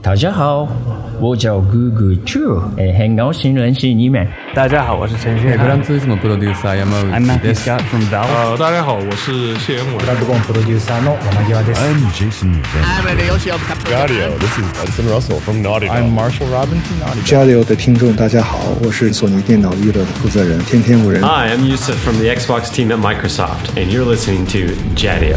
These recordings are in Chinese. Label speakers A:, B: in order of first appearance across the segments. A: 大家好，我叫 Google Chu，哎，很高兴认识你们。
B: 大家好，我是陈旭
C: グランツーリスモプロデューサー山
B: ，I'm
C: 内
B: Matthew
C: です。
B: Scott from Valve。
D: 呃，大家好，我是谢元伟。
E: I'm Jason Van.
F: J 流的听众，大家好，我是索尼电脑娱乐的负责人天天五人。
G: Hi, I'm Yusuf from the Xbox team at Microsoft, and you're listening to Jadio.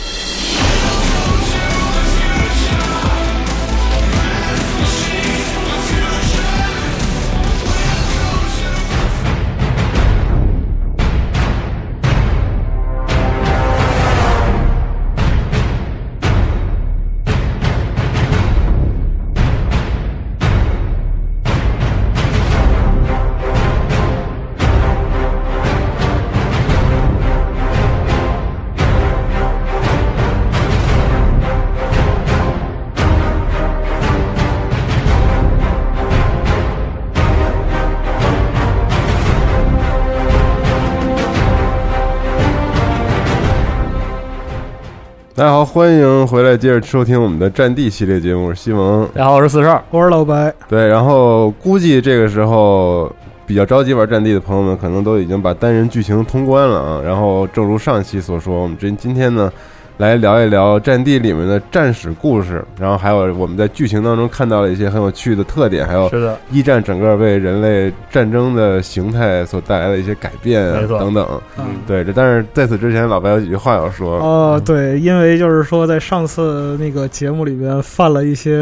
H: 大家好，欢迎回来，接着收听我们的《战地》系列节目，我是西蒙。
B: 大家好，我是四十二。
F: 我是老白，
H: 对，然后估计这个时候比较着急玩《战地》的朋友们，可能都已经把单人剧情通关了啊。然后，正如上期所说，我们今今天呢，来聊一聊《战地》里面的战史故事，然后还有我们在剧情当中看到了一些很有趣的特点，还有
B: 是的，
H: 一战整个为人类战争的形态所带来的一些改变啊
B: 没错
H: 等等。
F: 嗯
H: 对，这但是在此之前，老白有几句话要说。
I: 哦，对，因为就是说，在上次那个节目里边犯了一些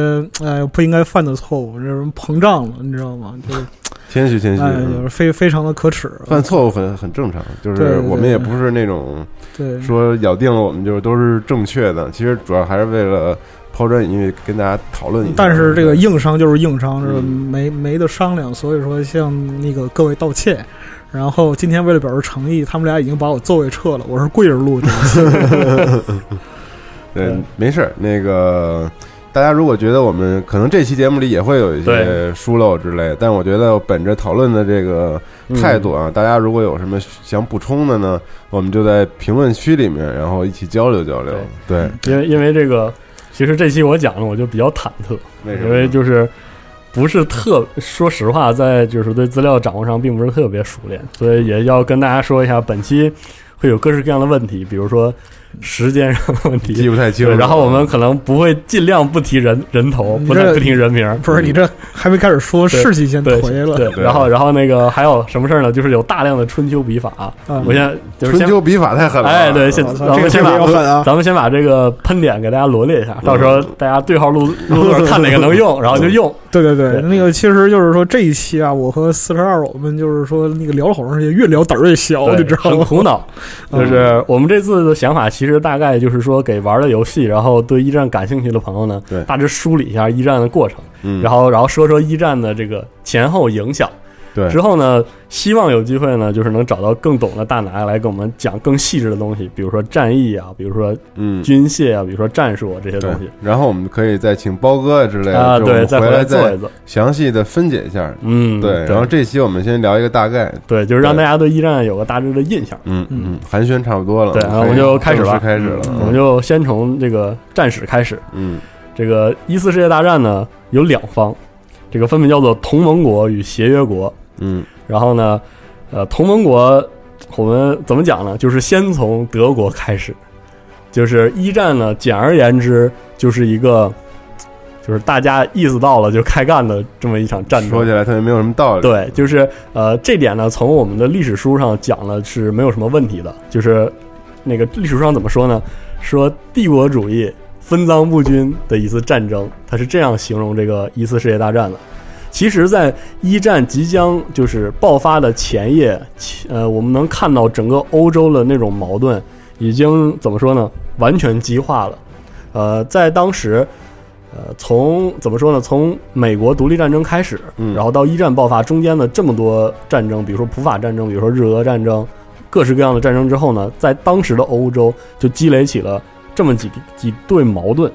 I: 呃不应该犯的错误，这人膨胀了，你知道吗？就是
H: 谦虚谦虚。
I: 哎，
H: 嗯
I: 就是非非常的可耻。
H: 犯错误很很正常，就
I: 对
H: 是
I: 对
H: 我们也不是那种
I: 对，
H: 说咬定了我们就是都是正确的，其实主要还是为了抛砖引玉，跟大家讨论一下。
I: 但是这个硬伤就是硬伤，是
H: 嗯
I: 没没得商量。所以说，向那个各位道歉。然后今天为了表示诚意，他们俩已经把我座位撤了，我是跪着录的。
H: 对，
I: 嗯
H: 没事儿，那个。大家如果觉得我们可能这期节目里也会有一些
B: 对
H: 疏漏之类，但我觉得本着讨论的这个
I: 嗯
H: 态度啊，大家如果有什么想补充的呢，我们就在评论区里面，然后一起交流交流。对，
I: 嗯
B: 因为因为这个，其实这期我讲的我就比较忐忑，
H: 为什
B: 因
H: 么呢
B: 为就是不是特说实话，在就是对资料掌握上并不是特别熟练，所以也要跟大家说一下，本期会有各式各样的问题，比如说时间上的问
H: 记
B: 题。
H: 不太清
B: 对，
H: 了。
B: 然后我们可能不会尽量不提人人头，
I: 你
B: 不太
I: 这
B: 不提人名，
I: 不是你这还没开始说，
B: 对
I: 士气先
B: 对
I: 颓了。
B: 对，然后然后那个还有什么事儿呢？就是有大量的春秋笔法啊，
I: 嗯
B: 我现在就是
H: 春
B: 先
H: 秋笔法太狠了。啊
B: 哎，对，先
I: 我操
B: 咱
I: 哦这
B: 们
I: 个
B: 先
I: 特别要
B: 把
I: 狠啊
B: 咱们先把这个喷点给大家罗列一下，到时候大家对号入入座，看哪个能用，然后就用。
I: 对对对，
B: 对
I: 那个其实就是说这一期啊，我和四十二我们就是说那个聊了好长时间，越聊胆儿越小，
B: 对
I: 你知道
B: 很
I: 吗？
B: 苦恼。 就是我们这次的想法，其实大概就是说，给玩的游戏，然后对一战感兴趣的朋友呢
H: 对，
B: 大致梳理一下一战的过程，
H: 嗯，
B: 然后然后说说一战的这个前后影响。
H: 对
B: 之后呢，希望有机会呢，就是能找到更懂的大拿来给我们讲更细致的东西，比如说战役啊，比如说
H: 嗯，
B: 军械啊，比如说战术啊这些
H: 对
B: 东西。，
H: 然后我们可以再请包哥之类的
B: 啊，
H: 就我
B: 对，
H: 们
B: 再
H: 回
B: 回
H: 来
B: 做一
H: 再
B: 做。
H: 详细的分解一下。
B: 嗯，
H: 对，然后这期我们先聊一个大概，
B: 对，就是让
H: 对
B: 大家对一战有个大致的印象。
H: 嗯
I: 嗯
H: 嗯，寒暄差不多了，
B: 对，啊然后我们就开始吧，
H: 正式开始了，
B: 嗯我们就先从这个战史开始。
H: 嗯
B: 这个一次世界大战呢，有两方，这个分别叫做同盟国与协约国。
H: 嗯
B: 然后呢，呃，同盟国我们怎么讲呢？就是先从德国开始，就是一战呢，简而言之就是一个，就是大家意识到了就开干的这么一场战
H: 嗯，
B: 争
H: 说起。来特别没有什么道理，，
B: 对，就是呃，这点呢，从我们的历史书上讲了是没有什么问题的。就是那个历史书上怎么说呢？说帝国主义分赃不均的一次战争，它是这样形容这个一次世界大战的。其实，在一战即将就是爆发的前夜，其呃，我们能看到整个欧洲的那种矛盾已经怎么说呢？完全激化了。呃，在当时，呃，从怎么说呢？从美国独立战争开始，
H: 嗯
B: 然后到一战爆发中间的这么多战争，比如说普法战争，比如说日俄战争，各式各样的战争之后呢，在当时的欧洲就积累起了这么几几对矛盾。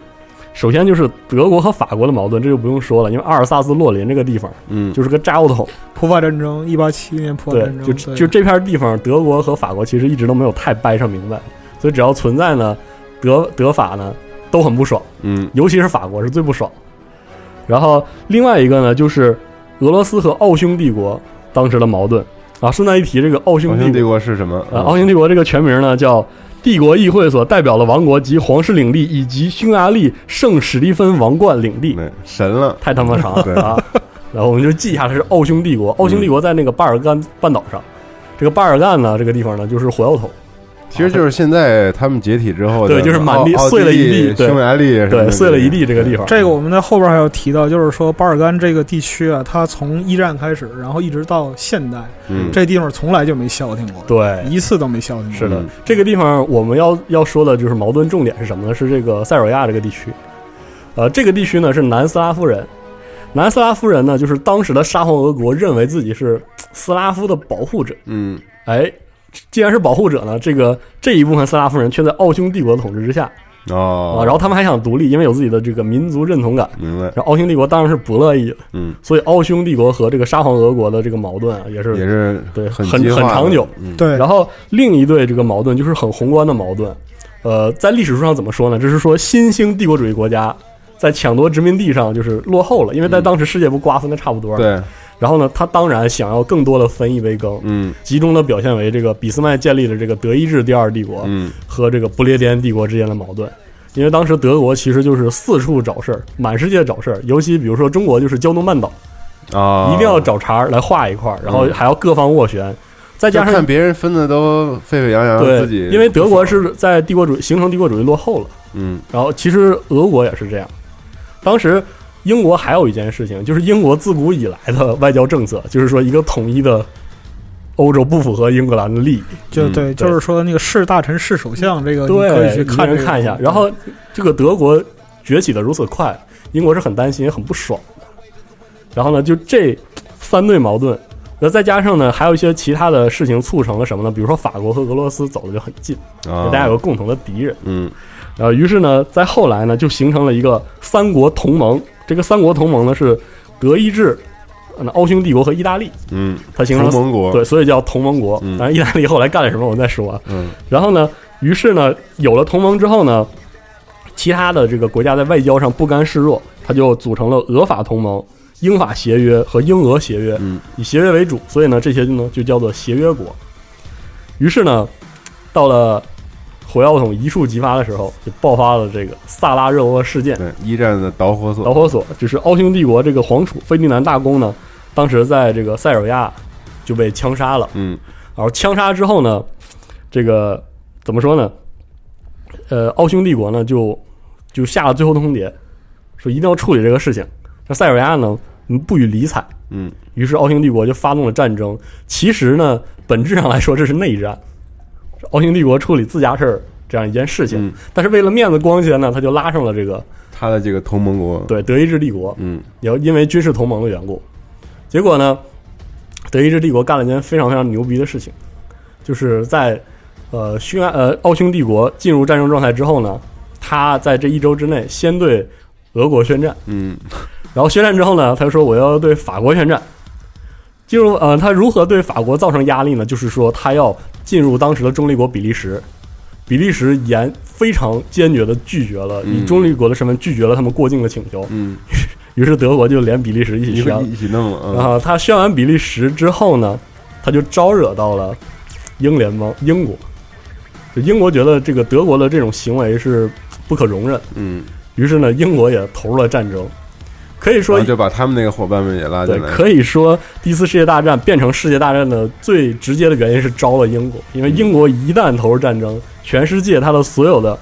B: 首先就是德国和法国的矛盾，这就不用说了，因为阿尔萨斯洛林这个地方，
H: 嗯，
B: 就是个炸药桶。
I: 普法战争，一八七一年普法
B: 对
I: 战，争，
B: 就
I: 对
B: 就这片地方，德国和法国其实一直都没有太掰扯明白，所以只要存在呢，德德法呢都很不爽，
H: 嗯
B: 尤其是法国是最不爽。然后另外一个呢，就是俄罗斯和奥匈帝国当时的矛盾啊。顺带一提，这个奥匈
H: 奥
B: 帝
H: 匈
B: 国
H: 帝国是什么？
B: 呃，奥匈帝国这个全名呢叫帝国议会所代表的王国及皇室领地以及匈牙利圣史蒂芬王冠领地，
H: 嗯对神了，
B: 太他妈长
H: 对
B: 了啊！然后我们就记一下，它是奥匈帝国。奥匈帝国在那个巴尔干半岛上，这个巴尔干呢这个地方呢就是火药桶，
H: 其实就是现在他们解体之后的，
B: 对就是满地
H: 奥
B: 碎了一地
H: 奥
B: 对
H: 匈牙利什么的
B: 对，碎了一地这个地方。
I: 这个我们在后边还要提到，就是说巴尔干这个地区啊，它从一战开始，然后一直到现代，
H: 嗯，
I: 这地方从来就没消停过，
B: 对，
I: 一次都没消停过。
B: 是的
H: 嗯，
B: 这个地方我们要要说的就是矛盾重点是什么呢？是这个塞尔维亚这个地区，呃，这个地区呢是南斯拉夫人，南斯拉夫人呢就是当时的沙皇俄国认为自己是斯拉夫的保护者，
H: 嗯
B: 哎，既然是保护者呢，这个这一部分斯拉夫人却在奥匈帝国的统治之下啊、
H: 哦，
B: 然后他们还想独立，因为有自己的这个民族认同感，
H: 明白，
B: 然后奥匈帝国当然是不乐意了，
H: 嗯，
B: 所以奥匈帝国和这个沙皇俄国的这个矛盾啊也是
H: 也是
B: 对
H: 很
B: 很
H: 激化的
B: 很长久，
H: 嗯
I: 对，
B: 然后另一对这个矛盾就是很宏观的矛盾，呃，在历史书上怎么说呢？就是说新兴帝国主义国家在抢夺殖民地上就是落后了，因为在
H: 嗯
B: 当时世界不瓜分的差不多。。
H: 对，
B: 然后呢，他当然想要更多的分一杯羹，
H: 嗯
B: 集中的表现为这个俾斯麦建立的这个德意志第二帝国
H: 嗯
B: 和这个不列颠帝国之间的矛盾。因为当时德国其实就是四处找事儿，满世界找事儿，尤其比如说中国就是胶东半岛，
H: 啊，
B: 一定要找茬儿来画一块儿，然后
H: 嗯
B: 还要各方斡旋，再
H: 就
B: 加上
H: 看别人分的都沸沸扬扬，
B: 对，
H: 自己
B: 因为德国是在帝国主义形成帝国主义落后了，
H: 嗯
B: 然后其实俄国也是这样。当时英国还有一件事情，就是英国自古以来的外交政策，就是说一个统一的欧洲不符合英格兰的利益。
I: 就
H: 嗯
I: 对，就是说那个是大臣是首相，这个哦你可以
B: 对，
I: 去
B: 看
I: 看这个
B: 看一下。然后这个德国崛起的如此快，英国是很担心、也很不爽的。然后呢，就这三对矛盾，那再加上呢，还有一些其他的事情促成了什么呢？比如说法国和俄罗斯走的就很近，
H: 啊，
B: 大家有个共同的敌人。
H: 嗯
B: 呃，于是呢，在后来呢，就形成了一个三国同盟。这个三国同盟呢是德意志、呃奥匈帝国和意大利，
H: 嗯，
B: 它形成
H: 同
B: 了
H: 盟国
B: 对，所以叫同盟国。
H: 嗯
B: 当然，意大利后来干了什么，我们再说啊。
H: 嗯
B: 然后呢，于是呢，有了同盟之后呢，其他的这个国家在外交上不甘示弱，它就组成了俄法同盟、英法协约和英俄协约，
H: 嗯
B: 以协约为主，所以呢，这些呢就叫做协约国。于是呢，到了火药桶一触即发的时候，就爆发了这个萨拉热窝事件。
H: 对一战的导火索
B: 导火索就是奥匈帝国这个皇储费迪南大公呢，当时在这个塞尔维亚就被枪杀了。
H: 嗯
B: 然后枪杀之后呢，这个怎么说呢？呃，奥匈帝国呢就就下了最后通牒，说一定要处理这个事情。那塞尔维亚呢嗯不予理睬，
H: 嗯
B: 于是奥匈帝国就发动了战争。其实呢，本质上来说这是内战，是奥匈帝国处理自家事儿这样一件事情。
H: 嗯，
B: 但是为了面子光鲜呢，他就拉上了这个
H: 他的这个同盟国
B: 对德意志帝国，
H: 嗯
B: 也因为军事同盟的缘故。结果呢，德意志帝国干了一件非常非常牛逼的事情，就是在呃匈牙呃奥匈帝国进入战争状态之后呢，他在这一周之内先对俄国宣战，
H: 嗯
B: 然后宣战之后呢，他说我要对法国宣战。进入呃，他如何对法国造成压力呢？就是说，他要进入当时的中立国比利时，比利时严非常坚决的拒绝了以
H: 嗯
B: 中立国的身份拒绝了他们过境的请求，
H: 嗯，
B: 于是德国就连比利 时一起
H: 一
B: 宣
H: 会。一起弄了
B: 然
H: 啊，
B: 后他宣完比利时之后呢，他就招惹到了英联邦英国，就英国觉得这个德国的这种行为是不可容忍，
H: 嗯，
B: 于是呢，英国也投入了战争。可以
H: 然
B: 说
H: 后，就把他们那个伙伴们也拉
B: 对
H: 进，来，
B: 可以说第一次世界大战变成世界大战的最直接的原因是招了英国，因
H: 嗯
B: 为英国一旦投入战争，全世界它的所有的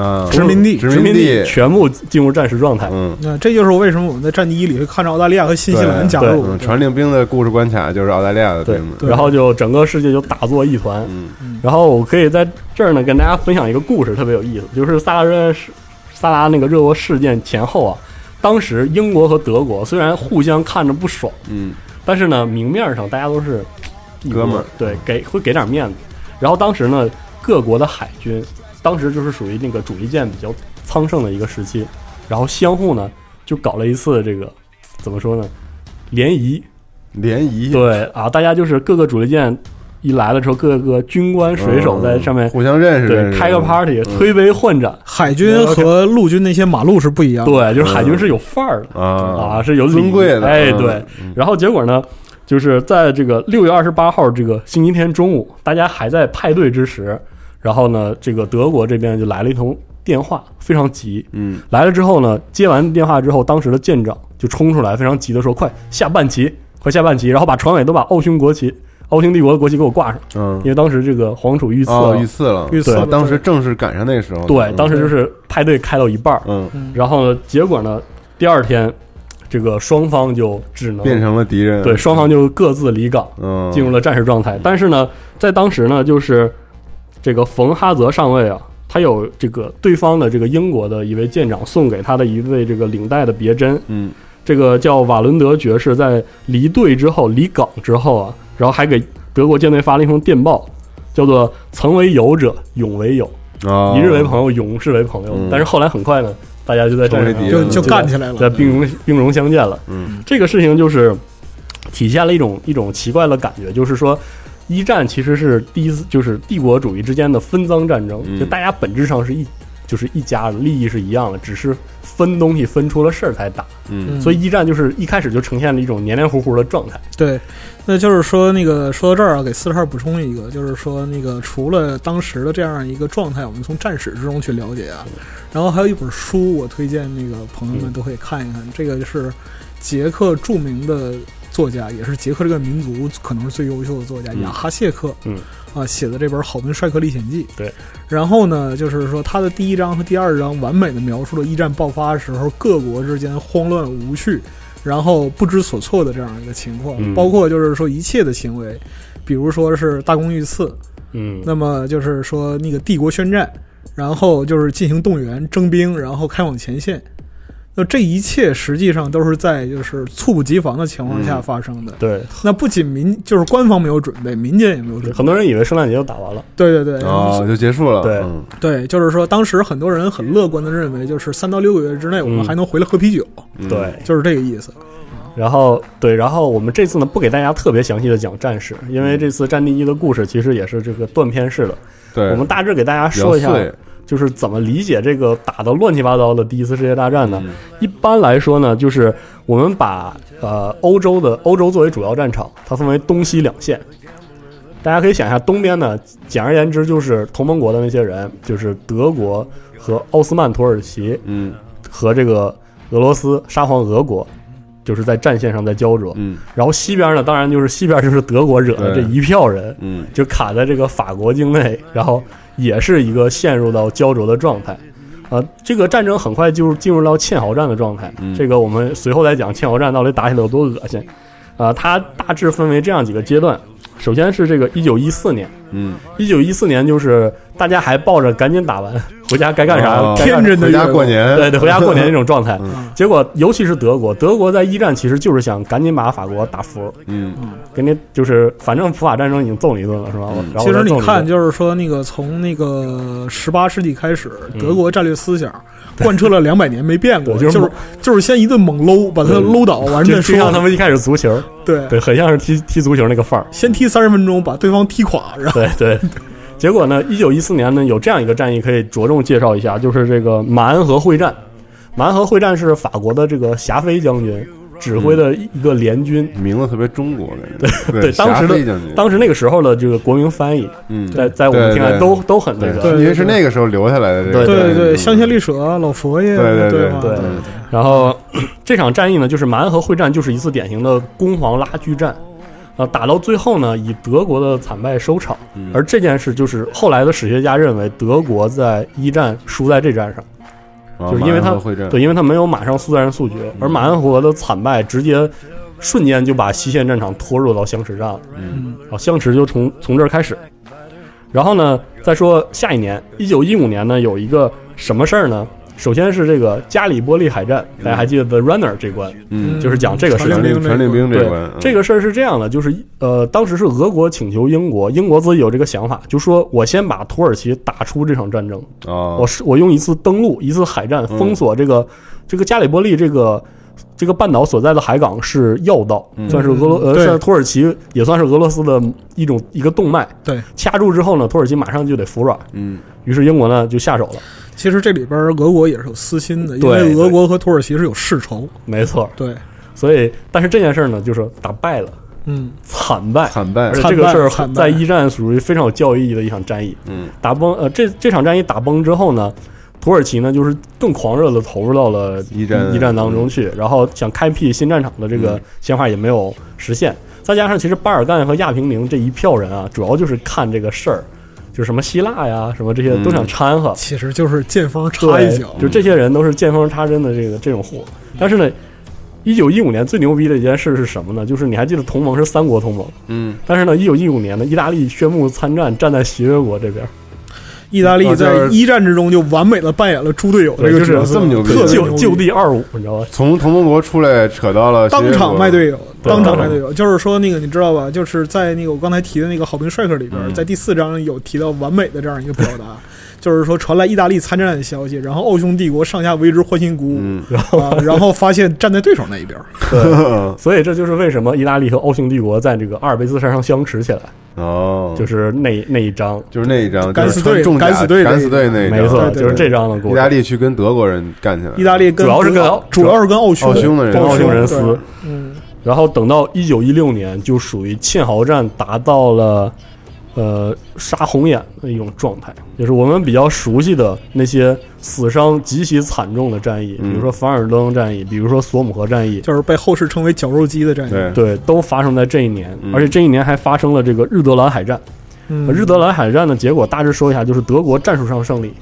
H: 啊，
I: 殖民地
H: 殖
B: 殖
H: 民
B: 民地全部进入战时状态。
H: 嗯。
I: 那这就是为什么我们在战地一里会看着澳大利亚和新西兰加入
H: 嗯，，传令兵的故事关卡就是澳大利亚的
B: 对
H: 兵们，，
B: 然后就整个世界就打作一团。
H: 嗯
B: 然后我可以在这儿呢跟大家分享一个故事，特别有意思，就是萨拉热事萨拉那个热窝事件前后啊，当时英国和德国虽然互相看着不爽，
H: 嗯
B: 但是呢明面上大家都是一
H: 哥们儿
B: 对，给会给点面子。然后当时呢，各国的海军当时就是属于那个主力舰比较昌盛的一个时期，然后相互呢就搞了一次这个怎么说呢联谊，
H: 联谊
B: 对啊，大家就是各个主力舰一来了之后，各个军官水手在上面
H: 互相认识，认
B: 对
H: 识嗯
B: 开个 party，推杯换盏，
I: 海军和陆军那些马路是不一样的。
B: 对，就是海军是有范儿的。
H: 啊
B: 啊，是有礼
H: 尊贵的，
B: 哎，
H: 嗯
B: 对。然后结果呢，就是在这个六月二十八号这个星期天中午，大家还在派对之时，然后呢，这个德国这边就来了一通电话，非常急。
H: 嗯，
B: 来了之后呢，接完电话之后，当时的舰长就冲出来，非常急的说：“快下半旗，快下半旗！”然后把船尾都把奥匈国旗、奥匈帝国的国旗给我挂上，
H: 嗯
B: 因为当时这个皇储遇刺
H: 哦，
B: 了。
H: 遇刺了，
I: 遇刺了
H: 对当时正是赶上那时候，
B: 对，
H: 嗯
B: 当时就是派对开到一半儿，
H: 嗯，
B: 然后呢，结果呢，第二天，这个双方就只能
H: 变成了敌人，
B: 对，，双方就各自离港，
H: 嗯，
B: 进入了战时状态。但是呢，在当时呢，就是这个冯哈泽上尉啊，他有这个对方的这个英国的一位舰长送给他的一位这个领带的别针，
H: 嗯，
B: 这个叫瓦伦德爵士，在离队之后、离港之后啊，然后还给德国舰队发了一封电报，叫做“曾为友者，永为友；
H: 啊，
B: 一日为朋友，永是为朋友”
H: 嗯
B: 但是后来很快呢，大家就在战
H: 成为
B: 场
H: 敌
B: 上
H: 人
I: 就就干起来
B: 在
I: 了。
B: 兵戎兵戎相见了。
H: 嗯，
B: 这个事情就是体现了一种一种奇怪的感觉，就是说，一战其实是第一次，就是帝国主义之间的分赃战争，
H: 嗯
B: 就大家本质上是一就是一家人，利益是一样的，只是分东西分出了事儿才打。
H: 嗯
I: 嗯
B: 所以一战就是一开始就呈现了一种黏黏糊糊的状态。
I: 对，那就是说那个说到这儿啊，给四十二补充一个，就是说那个除了当时的这样一个状态，我们从战史之中去了解啊，然后还有一本书，我推荐那个朋友们都可以看一看，这个就是捷克著名的作家，也是捷克这个民族可能是最优秀的作家雅哈谢克，
B: 嗯
I: 啊写的这本《好门帅克历险记》。
B: 对，
I: 然后呢，就是说他的第一章和第二章完美的描述了一战爆发时候各国之间慌乱无序。然后不知所措的这样一个情况，
B: 嗯
I: 包括就是说一切的行为，比如说是大公遇刺，
B: 嗯
I: 那么就是说那个帝国宣战，然后就是进行动员、征兵，然后开往前线。那这一切实际上都是在就是猝不及防的情况下发生的。
B: 对，
I: 那不仅民就是官方没有准备，民间也没有准备。
B: 很多人以为圣诞节就打完了，
I: 对对对，然后
H: 啊，就结束了，
B: 对
H: 嗯
I: 对，就是说当时很多人很乐观的认为，就是三到六个月之内我们
B: 嗯
I: 还能回来喝啤酒，
H: 嗯
B: 对，
I: 就是这个意思。
B: 然后对，然后我们这次呢不给大家特别详细的讲战事，因为这次《战地一》的故事其实也是这个断片式的，
H: 对，
B: 我们大致给大家
H: 比较
B: 说一下
H: 碎
B: 就是怎么理解这个打得乱七八糟的第一次世界大战
H: 嗯
B: 呢？一般来说呢，就是我们把呃欧洲的欧洲作为主要战场，它分为东西两线。大家可以想一下，东边呢，简而言之就是同盟国的那些人，就是德国和奥斯曼土耳其
H: 嗯
B: 和这个俄罗斯沙皇俄国，就是在战线上在焦灼。
H: 嗯
B: 然后西边呢，当然就是西边就是德国惹的这
H: 对
B: 一票人，
H: 嗯
B: 就卡在这个法国境内，然后也是一个陷入到焦灼的状态。啊，这个战争很快就进入到堑壕战的状态。
H: 嗯
B: 这个我们随后再讲堑壕战到底打起来有多恶心。啊，它大致分为这样几个阶段。首先是这个一九一四年，
H: 嗯，
B: 一九一四年就是大家还抱着赶紧打完回家该干啥、
H: 啊
B: 该干啥
I: 天真的
H: 回家
I: 愿
H: 过
I: 望
H: 年，
B: 对对，回家过年那种状态
H: 嗯。
B: 结果尤其是德国，德国在一战其实就是想赶紧把法国打服，
H: 嗯
B: 给你就是反正普法战争已经揍你一顿了是吧？
H: 嗯
B: 然后
I: 其
B: 我再
I: 实
B: 揍
I: 你
B: 一顿
I: 看，就是说那个从那个十八世纪开始，德国战略思想贯彻了两百年没变过，
B: 嗯对
I: 就
B: 就是
I: 是就是先一顿猛搂，把他搂倒，完
B: 就
I: 了再
B: 就像他
I: 说。
B: 们一开始 足球，
I: 对，
B: 对，很像是踢踢足球那 个范儿。
I: 先踢三十分钟，把对方踢垮，然后
B: 对对。结果呢，一九一四年呢，有这样一个战役可以着重介绍一下，就是这个马恩河会战。马恩河会战是法国的这个霞飞将军指挥的一个联军。
H: 嗯，名字特别中国感觉，对
B: 对，当时
H: 霞飞将
B: 的
H: 军
B: 当时那个时候的这个国民翻译，
H: 嗯，
B: 在在我们听来都都很那
H: 对
B: 个。
I: 对
H: 因为是那个时候留下来的这个，
B: 对
I: 对对，
H: 嗯
I: 香榭丽舍、啊老佛爷，
H: 对对
I: 吧？
B: 对然后 这场战役呢，就是马恩河会战，就是一次典型的攻防拉锯战。啊，打到最后呢，以德国的惨败收场。
H: 嗯
B: 而这件事就是后来的史学家认为，德国在一战输在这战上，
H: 啊
B: 就是因为他
H: 马恩河会战，
B: 对，因为他没有马上速战速决，而马恩河的惨败直接瞬间就把西线战场拖入到相持战了，
H: 嗯
B: 啊，相持就从从这儿开始。然后呢，再说下一年，一九一五年呢，有一个什么事儿呢？首先是这个加里波利海战，大家还记得 The Runner 这关，
H: 嗯
B: 就是讲这个事
H: 传
B: 情。
H: 令传令兵这
B: 对
H: 关，嗯，
B: 这个事儿是这样的，就是呃，当时是俄国请求英国，英国自己有这个想法，就说我先把土耳其打出这场战争，
H: 啊，
B: 我是我用一次登陆，一次海战
H: 嗯
B: 封锁这个、这个加里波利这个这个半岛所在的海港是要道，
H: 嗯
B: 算是俄罗呃
I: 对
B: 算土耳其也算是俄罗斯的一种一个动脉。
I: 对，
B: 掐住之后呢，土耳其马上就得服软，
H: 嗯
B: 于是英国呢就下手了。
I: 其实这里边俄国也是有私心的，因
B: 对
I: 为俄国和土耳其是有世仇。
B: 没错，
I: 对，
B: 所以但是这件事儿呢，就是打败了，
I: 嗯，
B: 惨败。
H: 惨败
B: 而，且这个事
I: 惨败
B: 儿在一战属于非常有教育意义的一场战役。
H: 嗯
B: 打崩呃，这这场战役打崩之后呢，土耳其呢就是更狂热的投入到了
H: 一战
B: 一战当中去，然后想开辟新战场的这个
H: 嗯
B: 想法也没有实现。再加上其实巴尔干和亚平宁这一票人啊，主要就是看这个事儿，就是什么希腊呀，什么这些
H: 嗯
B: 都想掺和，
I: 其实就是见方插
B: 对
I: 一脚。
B: 就这些人都是见缝插针的这个这种货。但是呢。一九一五年最牛逼的一件事是什么呢？就是你还记得同盟是三国同盟，
H: 嗯，
B: 但是呢，一九一五年呢，意大利宣布参战，站在协约国这边，
I: 意大
B: 哦
I: 利
H: 啊就
I: 在
H: 是
I: 一战之中就完美的扮演了猪队友这
H: 对
I: 个
H: 就是
I: 角色，
H: 这么牛逼
I: 特别
B: 就
I: 牛逼
B: 就地二五，你知道吧？
H: 从同盟国出来扯到了
I: 当场卖队友，
B: 对
I: 当场卖队友，就是说那个你知道吧？就是在那个我刚才提的那个《好评帅客》里边，
H: 嗯
I: 在第四章有提到完美的这样一个表达，就是说传来意大利参战的消息，然后奥匈帝国上下为之欢欣鼓舞、
H: 嗯
I: 啊，然后发现站在对手那一边，
B: 所以这就是为什么意大利和奥匈帝国在这个阿尔卑斯山上相持起来，
H: 哦，
B: 就是那那一章，
H: 就是那一张，
I: 敢
H: 就是
I: 死队
H: 穿重甲
I: 敢死队那一
H: 敢死队那一张，
B: 没错，
I: 对对
B: 就是这章的故
H: 意
B: 事
H: 大。利去跟德国人干起来，
I: 意大利跟
B: 主要是跟
I: 德主要是跟奥匈
H: 奥匈的人
B: 奥匈人
I: 对
B: 撕，
I: 嗯，
B: 然后等到一九一六年，就属于堑壕战达到了，呃，杀红眼的一种状态，就是我们比较熟悉的那些死伤极其惨重的战役，比
H: 嗯
B: 如说凡尔登战役，比如说索姆河战役，
I: 就是被后世称为绞肉机的战役。
H: 对，
B: 对，都发生在这一年，
H: 嗯
B: 而且这一年还发生了这个日德兰海战。
I: 嗯，
B: 日德兰海战的结果大致说一下，就是德国战术上胜利，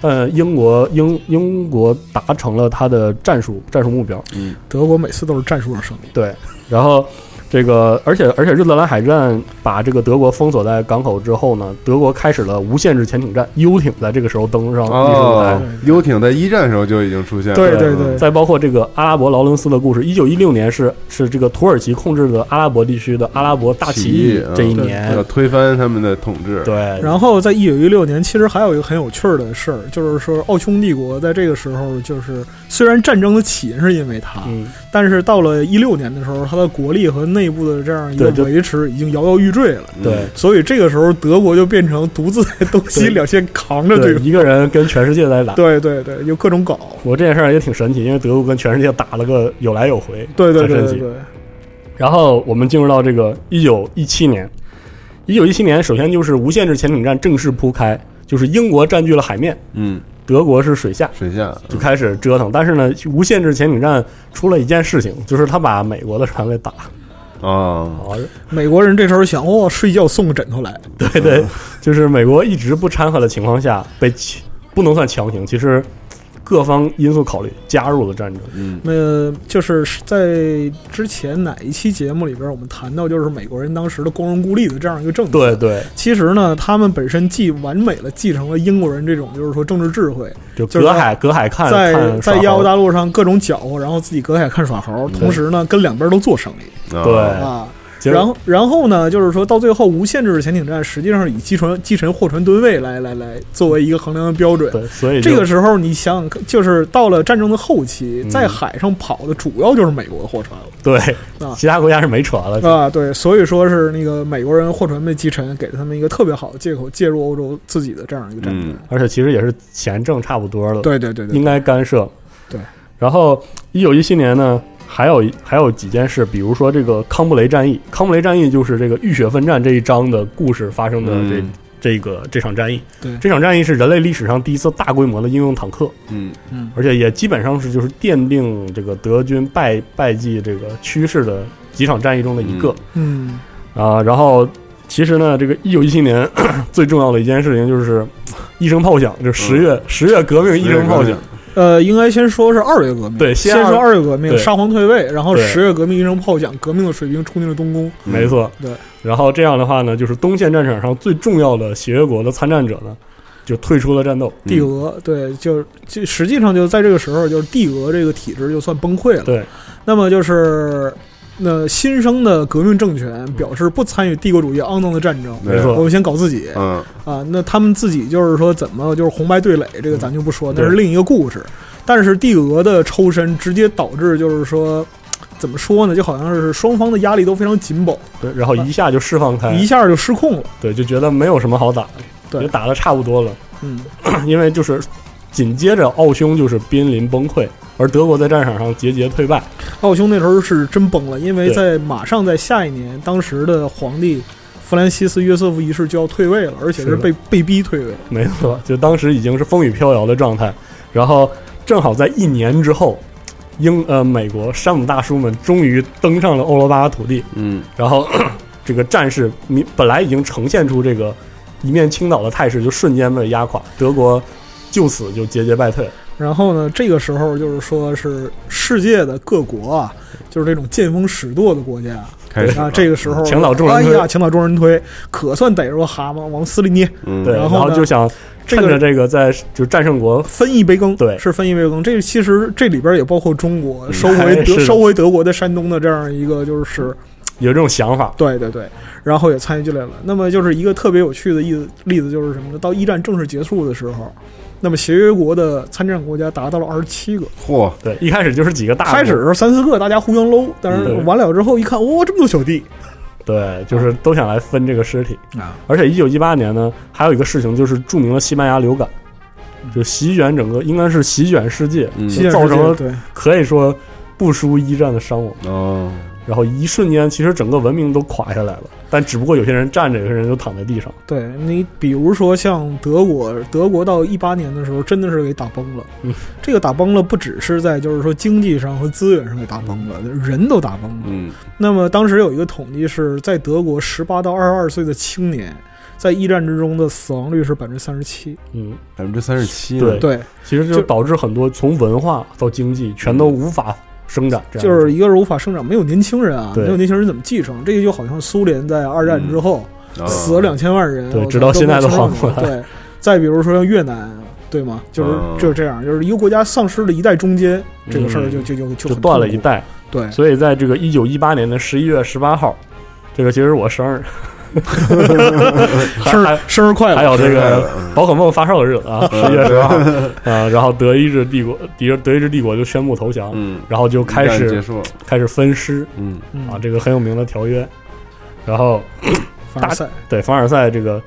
B: 呃，英国英英国达成了他的战术战术目标。
I: 德国每次都是战术上胜利，
B: 对，然后这个，而且而且日德兰海战把这个德国封锁在港口之后呢，德国开始了无限制潜艇战，U 艇在这个时候登上历史舞台。
H: 哦，游艇在一战的时候就已经出现了，
I: 对对
H: 嗯
I: 对
B: 再包括这个阿拉伯劳伦斯的故事，一九一六年是是这个土耳其控制的阿拉伯地区的阿拉伯大起
H: 起义
B: 义
H: 嗯
B: 这一年
H: 要，推翻他们的统治，
B: 对，
I: 然后在一九一六年，其实还有一个很有趣儿的事儿，就是说奥匈帝国在这个时候，就是虽然战争的起因是因为它，
B: 嗯，
I: 但是到了一六年的时候，它的国力和内部的这样一个
B: 对就
I: 维持已经摇摇欲坠了。
H: 嗯
B: 对，
I: 所以这个时候，德国就变成独自在东西
B: 对
I: 两线扛着
B: 对
I: 对，
B: 一个人跟全世界在打。
I: 对对对，有各种搞，
B: 我这件事儿也挺神奇，因为德国跟全世界打了个有来有回，
I: 对对
B: 很
I: 对
B: 神
I: 对
B: 奇。
I: 对，
B: 然后我们进入到这个一九一七年，一九一七年首先就是无限制潜艇战正式铺开，就是英国占据了海面，
H: 嗯，
B: 德国是水下，
H: 水下
B: 就开始折腾。但是呢，无限制潜艇战出了一件事情，就是他把美国的船给打
H: 啊，
B: 了。
I: 美国人这时候想，哦，睡觉送个枕头来，
B: 对对，就是美国一直不掺和的情况下，被其不能算强行，其实各方因素考虑加入了战争。
H: 嗯
I: 那就是在之前哪一期节目里边，我们谈到就是美国人当时的光荣孤立的这样一个政策。
B: 对，对，
I: 其实呢，他们本身既完美的继承了英国人这种就是说政治智慧，
B: 就
I: 就是
B: 隔海隔海看，
I: 在
B: 看
I: 在
B: 耍
I: 亚欧
B: 猴嗯
I: 大陆上各种搅和，然后自己隔海看耍猴，同时呢跟两边都做生意
H: 啊
B: 对
I: 啊。
B: 结果
I: 然后然后呢，就是说到最后，无限制的潜艇战实际上是以击沉击沉货船吨位来来来作为一个衡量的标准。
B: 对，所以
I: 这
B: 就
I: 个时候，你想想看，就是到了战争的后期，
B: 嗯
I: 在海上跑的主要就是美国的货船了。
B: 对
I: 啊
B: 其他国家是没船了。
I: 啊，对，所以说是那个美国人货船被击沉，给了他们一个特别好的借口介入欧洲自己的这样一个战争。
H: 嗯
B: 而且其实也是钱挣差不多了，，
I: 对对对对，
B: 应该干涉。
I: 对，
B: 然后一九一七年呢，还有一还有几件事，比如说这个康布雷战役，康布雷战役就是这个浴血奋战这一章的故事发生的这、
H: 嗯
B: 这个这场战役。
I: 对
B: 这场战役是人类历史上第一次大规模的应用坦克，
H: 嗯
B: 而且也基本上是就是奠定这个德军败败绩这个趋势的几场战役中的一个。
H: 嗯
I: 嗯，
B: 啊，然后其实呢，这个一九一七年最重要的一件事情就是一声炮响，就是十月嗯十、月革命一声炮响，
I: 呃，应该先说是二月革命，
B: 对先
I: 先说
B: 二
I: 二月革命，
B: 对
I: 沙皇退位，然后
B: 对
I: 十月革命一声炮响，革命的水兵冲进了东宫。
H: 嗯
B: 没错，
I: 对。
B: 然后这样的话呢，就是东线战场上最重要的协约国的参战者呢，就退出了战斗。
H: 嗯
I: 帝俄对，就就实际上就在这个时候，就是帝俄这个体制就算崩溃了。
B: 对，
I: 那么就是那新生的革命政权表示不参与帝国主义肮脏的战争，
H: 没
B: 错
I: 我们先搞自己
H: 嗯，
I: 啊。那他们自己就是说怎么就是红白对垒，这个咱就不说，那是
B: 对
I: 另一个故事。但是帝俄的抽身直接导致就是说。怎么说呢？就好像是双方的压力都非常紧绷，
B: 对，然后一下就释放开，
I: 一下就失控了。
B: 对，就觉得没有什么好打的，
I: 对
B: 也打的差不多了。
I: 嗯，
B: 因为就是紧接着奥匈就是濒临崩溃，而德国在战场上节节退败。
I: 奥匈那时候是真崩了，因为
B: 对
I: 在马上在下一年，当时的皇帝弗兰西斯约瑟夫一世就要退位了，而且
B: 是
I: 是
B: 的
I: 被被逼退位。
B: 没错，就当时已经是风雨飘摇的状态。然后正好在一年之后，英呃美国山姆大叔们终于登上了欧罗巴的土地，
H: 嗯，
B: 然后 这个战事明本来已经呈现出这个一面倾倒的态势，就瞬间被压垮。德国就此就节节败退。
I: 然后呢，这个时候就是说是世界的各国啊，就是这种见风使舵的国家
H: 开始
I: 啊
H: 了，
I: 这个时候
B: 墙倒众人
I: 哎
B: 推
I: 呀，墙倒众人推，可算逮着个蛤蟆往死里捏，
H: 嗯，
B: 对，
I: 然
B: 然
I: 后呢
B: 就想
I: 这
B: 趁
I: 个
B: 着这个在就战胜国
I: 分一杯羹。
B: 对
I: 是分一杯羹。这其实这里边也包括中国收回
B: 哎是
I: 德
B: 的
I: 收回德国的山东的这样一个就是
B: 有这种想法，
I: 对对对，然后也参与进来了。那么就是一个特别有趣的例子，例子就是什么呢？到一战正式结束的时候，那么协约国的参战国家达到了二十七个。
H: 嚯，
B: 对，一开始就是几个大国
I: 开始的时候三四个，大家互相搂，但是
B: 嗯对
I: 完了之后一看，哇、这么多小弟
B: 对，就是都想来分这个尸体
I: 啊！
B: 而且一九一八年呢，还有一个事情就是著名的西班牙流感，
I: 嗯
B: 就席卷整个，应该是席卷世界，
H: 嗯
B: 就造成了
I: 对
B: 可以说不输一战的伤亡。
H: 哦，
B: 然后一瞬间，其实整个文明都垮下来了，但只不过有些人站着，有些人就躺在地上。
I: 对，你比如说像德国，德国到一八年的时候真的是给打崩了。
B: 嗯，
I: 这个打崩了不只是在就是说经济上和资源上给打崩了，人都打崩了。
H: 嗯，
I: 那么当时有一个统计是在德国，十八到二十二岁的青年在一战之中的死亡率是百分之三十七。
B: 嗯，
H: 百分之三十七，
B: 对
I: 对，
B: 其实就
I: 就
B: 导致很多从文化到经济全都无法生长，这样
I: 就是一个是无法生长，没有年轻人啊，
B: 对
I: 没有年轻人怎么继承？这个就好像苏联在二战之
B: 嗯
I: 后、
H: 啊
I: 死了两千万人，
B: 对
I: 我操
B: 直到现在都
I: 没有
B: 缓过来
I: 对，再比如说像越南，对吗？就是、
H: 嗯
I: 就是这样，就是一个国家丧失了一代中间，这个事儿就就就就
B: 嗯就
I: 很
B: 断了一
I: 痛苦。
B: 代。
I: 对，
B: 所以在这个一九一八年的十一月十八号，这个其实是我生 日，
I: 生日
B: 还
I: 生日快
B: 还
I: 乐！
B: 有这
H: 生日快
B: 个
H: 乐嗯
B: 宝可梦发售的日 子啊，十一月十八号啊，然后德意志帝国，德德意志帝国就宣布投降，
H: 嗯，
B: 然后就开
H: 一战结
B: 始
H: 束了，
B: 开始分尸
H: 嗯，
I: 嗯
B: 啊，这个很有名的条约，然后
I: 凡尔赛，
B: 对凡尔赛这个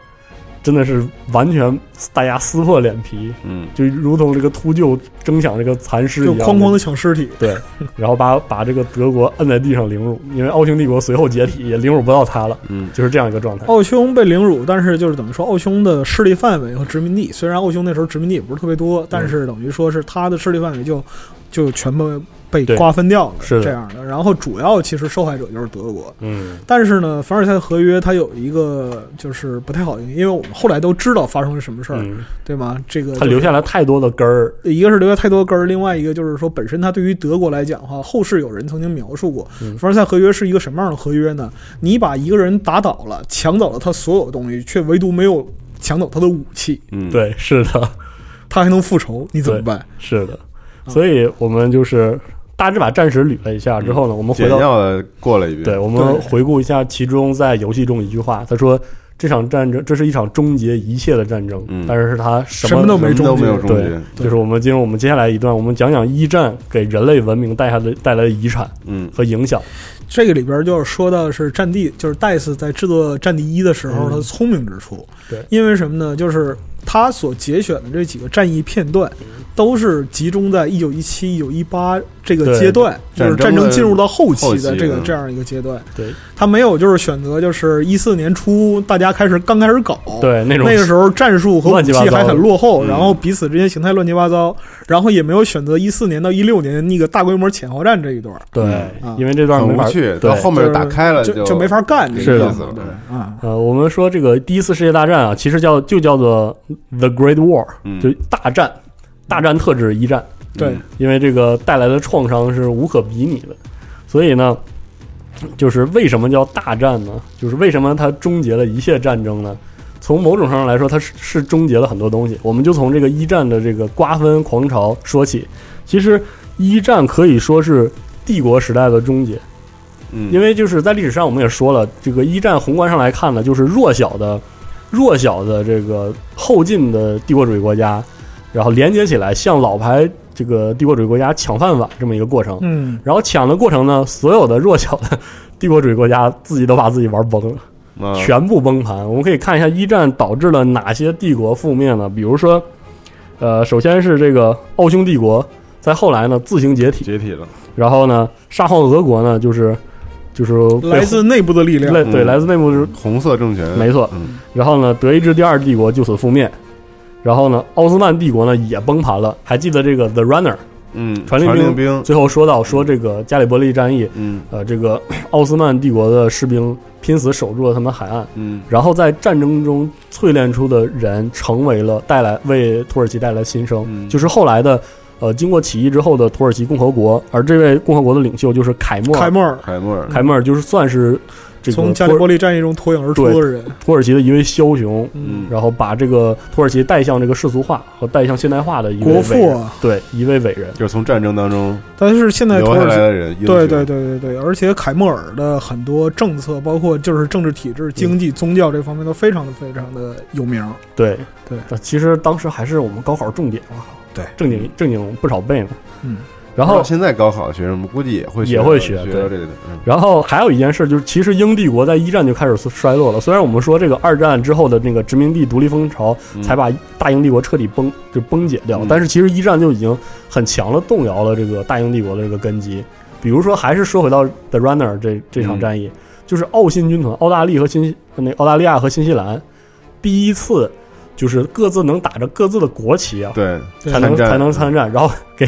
B: 真的是完全大家撕破脸皮，
H: 嗯，
B: 就如同这个秃鹫争抢这个蚕食一
I: 就
B: 样，
I: 哐哐的抢尸体。
B: 对，然后把把这个德国摁在地上凌辱，因为奥匈帝国随后解体，也凌辱不到他了，
H: 嗯，
B: 就是这样一个状态。
I: 奥匈被凌辱，但是就是怎么说，奥匈的势力范围和殖民地，虽然奥匈那时候殖民地也不是特别多，但
B: 嗯
I: 是等于说是他的势力范围就就全部被
B: 对
I: 瓜分掉了，
B: 是的
I: 这样的。然后主要其实受害者就是德国，
B: 嗯，
I: 但是呢，凡尔赛合约它有一个就是不太好的因为我们后来都知道发生了什么事儿，
B: 嗯，
I: 对吗？这个
B: 他留下来太多的根儿，
I: 一个是留下太多根儿，另外一个就是说，本身它对于德国来讲的话，后世有人曾经描述过，
B: 嗯
I: 凡尔赛合约是一个什么样的合约呢？你把一个人打倒了，抢走了他所有东西，却唯独没有抢走他的武器，
H: 嗯，，
B: 对，是的，
I: 他还能复仇，你怎么办？
B: 是的，所以我们就是大致把战史捋了一下之后呢，我们
H: 嗯
B: 回
H: 简
B: 到
H: 要的过了一遍，
B: 对，我们回顾一下其中在游戏中一句话，他说这场战争这是一场终结一切的战争，
H: 嗯
B: 但是他什
I: 什么都
H: 什么
I: 没
H: 都
I: 终结
H: 没有终
B: 对
H: 结，，
B: 就是我们进入我们接下来一段，我们讲讲一战给人类文明带下的带来的遗产
H: 嗯，
B: 和影响。
I: 这个里边就是说到是战地，就是戴斯在制作《战地一》的时候，
B: 嗯
I: 他的聪明之处。
B: 对
I: 因为什么呢？就是他所节选的这几个战役片段，
B: 嗯
I: 都是集中在一九一七、一九一八这个
B: 对
I: 阶段，就是
H: 战
I: 战
H: 争
I: 争
H: 的
I: 进入到后期
H: 后期
I: 的这个
H: 嗯
I: 这样一个阶段。
B: 对，
I: 他没有就是选择就是一四年初大家开始刚开始搞，，
H: 哦
B: 对，那种
I: 那个时候战术和武
B: 乱
I: 器
B: 七八糟
I: 还很落后，
H: 嗯
I: 然后彼此之间形态乱七八糟，然后也没有选择一四年到一六年那个大规模潜逃战这一段。
B: 对
I: 嗯，
B: 因为这段
H: 很
B: 没
H: 无
B: 法
H: 趣，
B: 对
H: 到，后面
I: 就是
H: 打开了
I: 就
H: 就嗯
I: 就没法干这
H: 没意
I: 个
B: 是
I: 事
B: 的
I: 儿
H: 思了，
I: 啊。
B: 呃，我们说这个第一次世界大战啊，其实叫就叫做 The Great War，
H: 嗯
B: 就大战，大战特指一战，
I: 对
H: 嗯
B: 因为这个带来的创伤是无可比拟的。所以呢，就是为什么叫大战呢？就是为什么它终结了一切战争呢？从某种程度上来说，它是是终结了很多东西。我们就从这个一战的这个瓜分狂潮说起。其实一战可以说是帝国时代的终结，
H: 嗯，
B: 因为就是在历史上我们也说了，这个一战宏观上来看呢，就是弱小的、弱小的这个后进的帝国主义国家，然后连接起来向老牌这个帝国主义国家抢饭碗这么一个过程。
I: 嗯，
B: 然后抢的过程呢，所有的弱小的帝国主义国家自己都把自己玩崩了。
H: 啊
B: 全部崩盘。我们可以看一下一战导致了哪些帝国覆灭呢？比如说，呃，首先是这个奥匈帝国，在后来呢自行解体，
H: 解体了，
B: 然后呢沙皇俄国呢就是就是被
I: 来自内部的力量。
B: 来对
H: 嗯
B: 来自内部就是，
H: 红色政权，
B: 没错
H: 嗯
B: 然后呢德意志第二帝国就此覆灭，然后呢奥斯曼帝国呢也崩盘了。还记得这个 The Runner
H: 嗯，
B: 传
H: 传
B: 令兵
H: 令兵，
B: 最后说到说这个加里波利战役，
H: 嗯
B: 呃，这个 奥斯曼帝国的士兵拼死守住了他们海岸。
H: 嗯
B: 然后在战争中淬炼出的人，成为了带来为土耳其带来新生，
H: 嗯
B: 就是后来的，呃，经过起义之后的土耳其共和国，而这位共和国的领袖就是凯末尔，
I: 凯
B: 凯
I: 莫尔
H: 凯末尔，
B: 末尔就是算是这个
I: 从加利
B: 土耳
I: 波利战役中脱颖而出的人，
B: 土耳其的一位枭雄，
H: 嗯，
B: 然后把这个土耳其带向这个世俗化和带向现代化的一位
I: 国
B: 伟
I: 父
B: 人，
I: 啊。
B: 对，一位伟人，
H: 就是从战争当中
I: 但是现在土
H: 留下
I: 耳
H: 来
I: 其。
H: 的人，英雄
I: 对对，对对对，而且凯莫尔的很多政策，包括就是政治体制、经济、宗教这方面，都非常的非常的有名。
B: 对
I: 对，
B: 但其实当时还是我们高考重点，我靠，
I: 对，
B: 正经正经不少背呢，
I: 嗯，
B: 然
H: 不知
B: 后
H: 道现在高考学生们估计也会
B: 也会
H: 学
B: 学
H: 到学
B: 对
H: 到这个，嗯
B: 然后还有一件事就是，其实英帝国在一战就开始衰落了。虽然我们说这个二战之后的那个殖民地独立风潮
H: 嗯
B: 才把大英帝国彻底崩就崩解掉
H: 嗯，
B: 但是其实一战就已经很强的动摇了这个大英帝国的这个根基。比如说，还是说回到 The Runner 这这场战
H: 嗯
B: 役，就是澳新军团，澳大利和新那澳大利亚和新西兰第一次就是各自能打着各自的国旗啊，
H: 对，
I: 对
B: 才能
H: 参战
B: 才能参战，然后给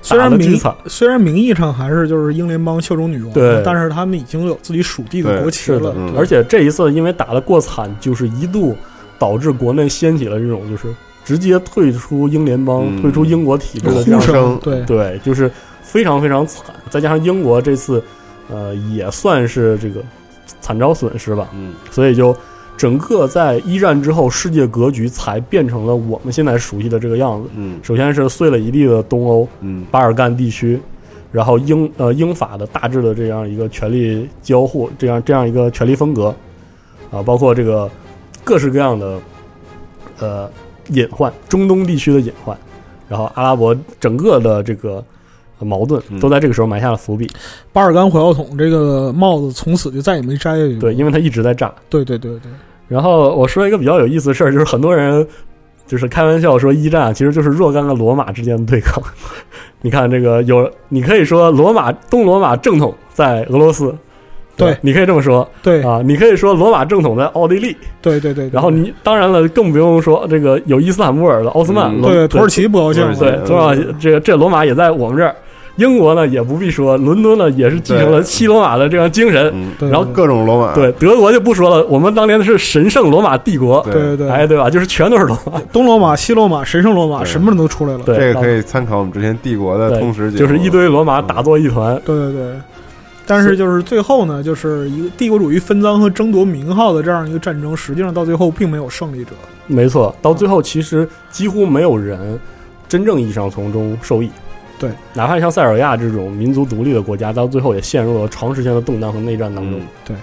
I: 虽然
B: 打得
I: 名
B: 巨
I: 义
B: 惨
I: 虽然名义上还是就是英联邦效忠女王，
B: 对
I: 但是他们已经有自己属地的
H: 对
I: 国旗
B: 是的
I: 了，，
H: 嗯
B: 而且这一次因为打得过惨，就是一度导致国内掀起了这种就是直接退出英联邦、
H: 嗯
B: 退出英国体制的这
I: 呼
B: 样
H: 是
B: 的，
I: 声
H: 声
I: 对。
B: 对，就是非常非常惨。再加上英国这次，呃，也算是这个惨遭损失吧，
H: 嗯，
B: 所以就整个在一战之后，世界格局才变成了我们现在熟悉的这个样子。
H: 嗯
B: 首先是碎了一地的东欧，
H: 嗯
B: 巴尔干地区，然后英呃英法的大致的这样一个权力交互，这样这样一个权力分隔，啊，包括这个各式各样的呃隐患，中东地区的隐患，然后阿拉伯整个的这个矛盾
H: 嗯
B: 都在这个时候埋下了伏笔。
I: 巴尔干火药桶这个帽子从此就再也没摘下去过。
B: 对，因为它一直在炸。
I: 对对对对，
B: 然后我说一个比较有意思的事儿，就是很多人就是开玩笑说一战啊其实就是若干个罗马之间的对抗。你看这个有，你可以说罗马东罗马正统在俄罗斯，吧
I: 对
B: 你可以这么说
I: 对
B: 啊，你可以说罗马正统在奥地利，
I: 对对对。
B: 然后你当然了，更不用说这个有伊斯坦布尔的奥斯曼，
H: 嗯
B: 罗
I: 对土耳其不高兴了，
H: 土耳
B: 对，多少这个这罗马也在我们这儿，英国呢也不必说，伦敦呢也是继承了
H: 对
B: 西罗马的这样精神，
H: 嗯，
I: 对
B: 然后
H: 各种罗马，
B: 对，德国就不说了，我们当年是神圣罗马帝国，
H: 对
I: 对对对
B: 哎，对吧？就是全都 是罗马，
I: 东罗马、西罗马、神圣罗马，
H: 对
I: 什么人都出来了。
B: 对，
H: 这个可以参考我们之前帝国的
B: 对
H: 通识节目，
B: 就是一堆罗马打作一团，
I: 对对对。但是就是最后呢，就是一个帝国主义分赃和争夺名号的这样一个战争，实际上到最后并没有胜利者。
B: 没错。到最后，其实几乎没有人真正意义上从中受益。
I: 对，
B: 哪怕像塞尔维亚这种民族独立的国家，到最后也陷入了长时间的动荡和内战当中。
H: 嗯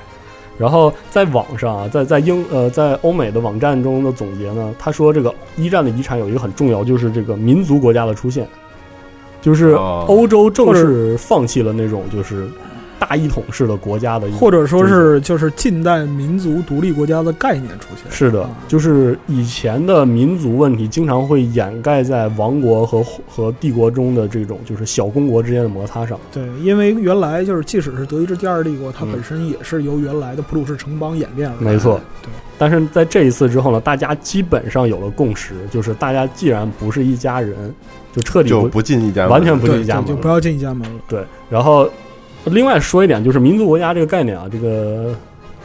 B: 然后在网上啊，在在英呃在欧美的网站中的总结呢，他说这个一战的遗产有一个很重要，就是这个民族国家的出现，就是
H: 哦
B: 欧洲正
I: 或者
B: 式放弃了那种就是大一统式的国家的一种，
I: 或者说是就是近代民族独立国家的概念出现。
B: 是的
I: 啊，
B: 就是以前的民族问题经常会掩盖在王国和和帝国中的这种就是小公国之间的摩擦上，
I: 对，因为原来就是即使是德意志第二帝国，它
B: 嗯
I: 本身也是由原来的普鲁士城邦演变而来。
B: 没错，
I: 嗯对。
B: 但是在这一次之后呢，大家基本上有了共识，就是大家既然不是一家人，就彻底
H: 就
B: 不
H: 不进一家门，
B: 完全不
I: 对
B: 进一家
I: 对
B: 门
I: 就
B: 了
I: 不要进一家门了。
B: 对，然后另外说一点，就是民族国家这个概念啊，这个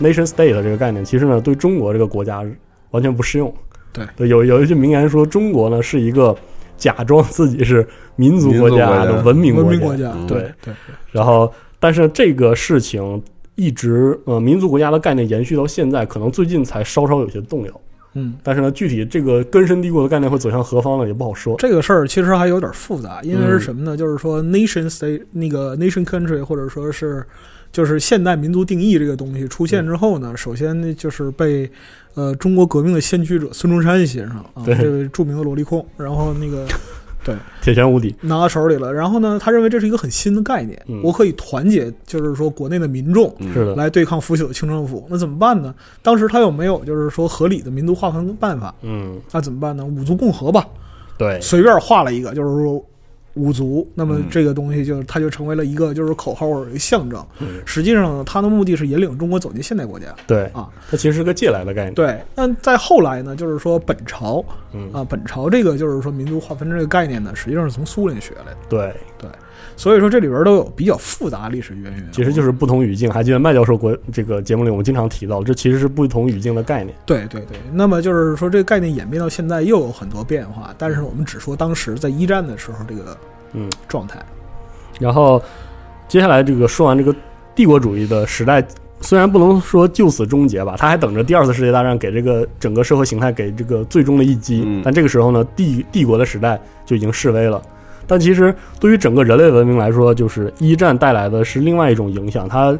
B: nation state 这个概念，其实呢，对中国这个国家完全不适用。
I: 对，
B: 有有一句名言说，中国呢是一个假装自己是民族国家的文明
I: 文
B: 国
I: 明
B: 家。
I: 国家，
H: 嗯
I: 对
B: 对
I: 对
B: 然后，但是这个事情一直呃，民族国家的概念延续到现在，可能最近才稍稍有些动摇。
I: 嗯，
B: 但是呢，具体这个根深蒂固的概念会走向何方呢，也不好说。
I: 这个事儿其实还有点复杂，因为是什
B: 嗯
I: 么呢？就是说 nation state 那个 nation country 或者说是就是现代民族定义这个东西出现之后
B: 嗯
I: 呢，首先呢就是被呃中国革命的先驱者孙中山先生啊，
B: 对
I: 这位著名的萝莉控，然后那 个对
B: 铁拳无敌，
I: 拿到手里了，然后呢，他认为这是一个很新的概念，
B: 嗯
I: 我可以团结，就是说国内的民众，
B: 是的，
I: 来对抗腐朽的清政府。那怎么办呢？当时他有没有就是说合理的民族划分办法？
B: 嗯，
I: 那怎么办呢？五族共和吧，
B: 对，
I: 随便画了一个，就是说五族。那
B: 嗯
I: 么这个东西就它就成为了一个就是口号或者一个象征。实际上呢，它的目的是引领中国走进现代国家。
B: 对
I: 啊，
B: 它其实是个借来的概念，，
I: 对，那在后来呢，就是说本朝
B: 嗯
I: 啊，本朝这个就是说民族划分这个概念呢，实际上是从苏联学来的。
B: 对，
I: 所以说这里边都有比较复杂历史渊源。
B: 其实就是不同语境。还记得麦教授国这个节目里我们经常提到，这其实是不同语境的概念。
I: 对对对，那么就是说这个概念演变到现在又有很多变化，但是我们只说当时在一战的时候这个
B: 嗯
I: 状态。
B: 然后接下来这个说完这个帝国主义的时代，虽然不能说就此终结吧，它还等着第二次世界大战给这个整个社会形态给这个最终的一击。
H: 嗯
B: 但这个时候呢，帝帝国的时代就已经示威了。但其实对于整个人类文明来说，就是一战带来的是另外一种影响，它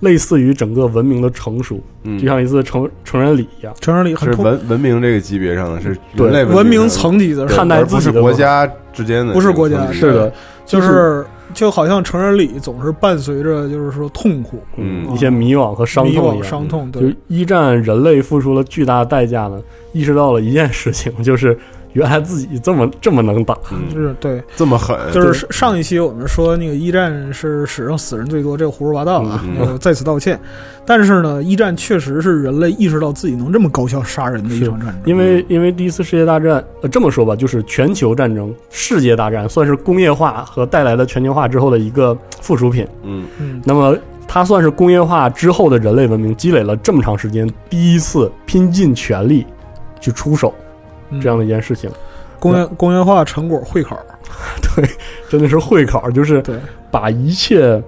B: 类似于整个文明的成熟，
H: 嗯
B: 就，像一次成成人礼一样。
I: 成人礼很
H: 是
I: 痛苦，
H: 文文明这个级别上的，是
B: 对
H: 人类
I: 文明
H: 明上的
I: 层级的
H: 对
I: 是
B: 看待
H: 而
B: 自
H: 不
B: 己
H: 是
B: 的
H: 国
B: 文
H: 家之间的，
I: 不是国家
H: 是
B: 是的，
I: 就是就好像成人礼总是伴随着就是说痛苦、
H: 嗯
B: 一些迷惘和伤
I: 迷
B: 痛一
I: 惘、
B: 样。嗯
I: 伤痛，
B: 就
I: 对
B: 是一战，人类付出了巨大的代价呢，意识到了一件事情， 就是原来自己这么这么能打，
H: 嗯，
I: 是对，
B: 哎
H: 这么狠，
I: 就是上上一期我们说那个一战是史上死人最多，这个胡说八道啊
H: 嗯，
I: 那个在此道歉。但是呢，一战确实是人类意识到自己能这么高效杀人的一场战争，
B: 因为因为第一次世界大战，呃，这么说吧，就是全球战争、世界大战算是工业化和带来的全球化之后的一个附属品。
H: 嗯
I: 嗯，
B: 那么它算是工业化之后的人类文明积累了这么长时间，第一次拼尽全力去出手
I: 嗯
B: 这样的一件事情，
I: 工业工业化成果会考，
B: 真的是会考，就是
I: 对，
B: 把一切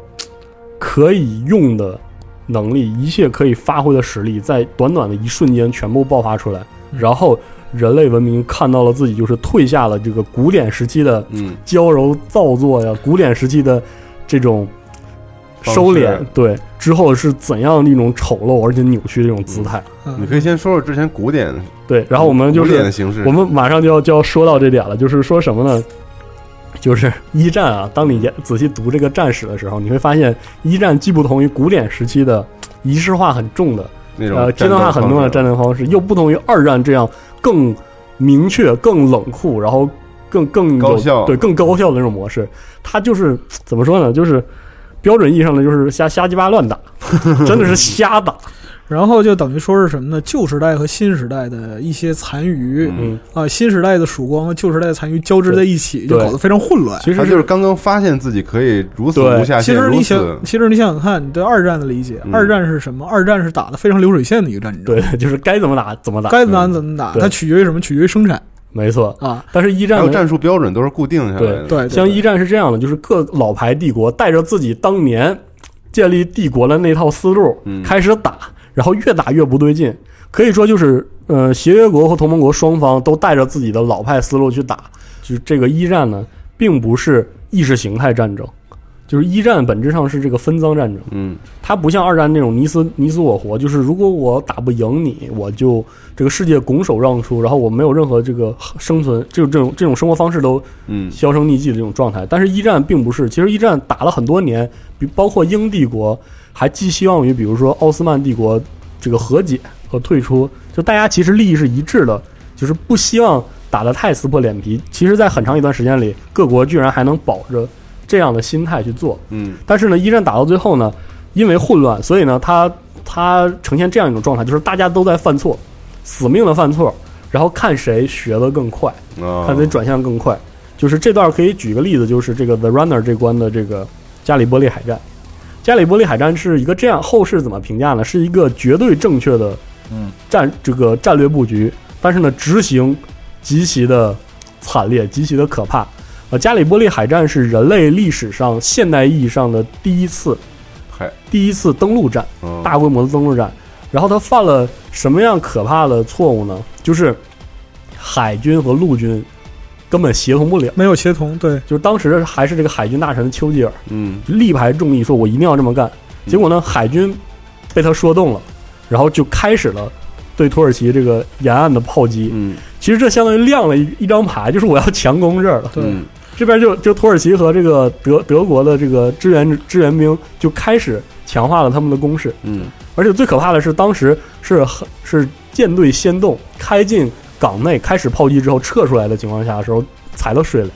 B: 可以用的能力、一切可以发挥的实力，在短短的一瞬间全部爆发出来，
I: 嗯
B: 然后人类文明看到了自己就是退下了这个古典时期的
H: 嗯，
B: 娇柔造作呀，古典时期的这种
H: 方式
B: 收敛，对之后是怎样的一种丑陋而且扭曲的这种姿态，
I: 嗯
H: 你可以先说说之前古典，
B: 对，然后我们就
H: 古典的
B: 是
H: 形式，
B: 我们马上就要就要说到这点了，就是说什么呢？就是一战啊，当你
H: 嗯
B: 仔细读这个战史的时候，你会发现一战既不同于古典时期的仪式化很重的
H: 那种
B: 呃阶段化很重的战
H: 争
B: 争方式，又不同于二战这样更明确、更冷酷，然后更更有
H: 高效
B: 对更高效的那种模式。它就是怎么说呢？就是标准意义上的就是瞎瞎鸡巴乱打， 真的是瞎打。
I: 然后就等于说是什么呢？旧时代和新时代的一些残余
H: 嗯
B: 嗯，
I: 啊，新时代的曙光和旧时代的残余交织在一起，就
B: 对
I: 搞得非常混乱。
B: 其实
H: 他就是刚刚发现自己可以如此
B: 对
H: 无下
I: 其
H: 限，
I: 实
H: 如
I: 你
H: 此
I: 想，其实你想想看，你对二战的理解，
H: 嗯
I: 二战是什么？二战是打的非常流水线的一个战争，
B: 对， 就是该怎么打怎么打，
I: 该怎么打怎么打，
B: 对
I: 它取决于什么？取决于生产
B: 没错。
I: 啊，
B: 但是一
H: 还
B: 战
H: 有
B: 呢
H: 战术标准都是固定下来的，
I: 对，对
B: 像一
I: 对
B: 战是这样的，就是各老牌帝国带着自己当年建立帝国的那套思路
H: 嗯
B: 开始打，然后越打越不对劲，可以说就是呃，协约国和同盟国双方都带着自己的老派思路去打。就是这个一战呢，并不是意识形态战争，就是一战本质上是这个分赃战争。
H: 嗯
B: 它不像二战那种你死你死我活，就是如果我打不赢你，我就这个世界拱手让出，然后我没有任何这个生存，就这种这种生活方式都
H: 嗯
B: 销声匿迹的这种状态。但是，一战并不是，其实一战打了很多年，比包括英帝国还寄希望于，比如说奥斯曼帝国这个和解和退出，就大家其实利益是一致的，就是不希望打得太撕破脸皮。其实，在很长一段时间里，各国居然还能保着这样的心态去做。
H: 嗯
B: 但是呢，一战打到最后呢，因为混乱，所以呢，它它呈现这样一种状态，就是大家都在犯错，死命的犯错，然后看谁学得更快。
H: 啊
B: 看，谁转向更快。就是这段可以举个例子，就是这个 The Runner 这关的这个加里波利海战。加里波利海战是一个这样，后世怎么评价呢？是一个绝对正确的，
E: 嗯，
B: 战这个战略布局，但是呢，执行极其的惨烈，极其的可怕。呃，加里波利海战是人类历史上现代意义上的第一次
H: 海，
B: 第一次登陆战。
H: 嗯
B: 大规模的登陆战。然后他犯了什么样可怕的错误呢？就是海军和陆军根本协同不了。
I: 没有协同，对，
B: 就是当时还是这个海军大臣丘吉尔
H: 嗯
B: 力排众议，说我一定要这么干。结果呢，海军被他说动了，然后就开始了对土耳其这个沿岸的炮击。
H: 嗯
B: 其实这相当于亮了一一张牌，就是我要强攻这儿了。
I: 对
H: 嗯
B: 这边就就土耳其和这个德德国的这个支援支援兵就开始强化了他们的攻势，
H: 嗯
B: 而且最可怕的是，当时是很是舰队先动，开进港内开始炮击之后撤出来的情况下的时候踩到水雷，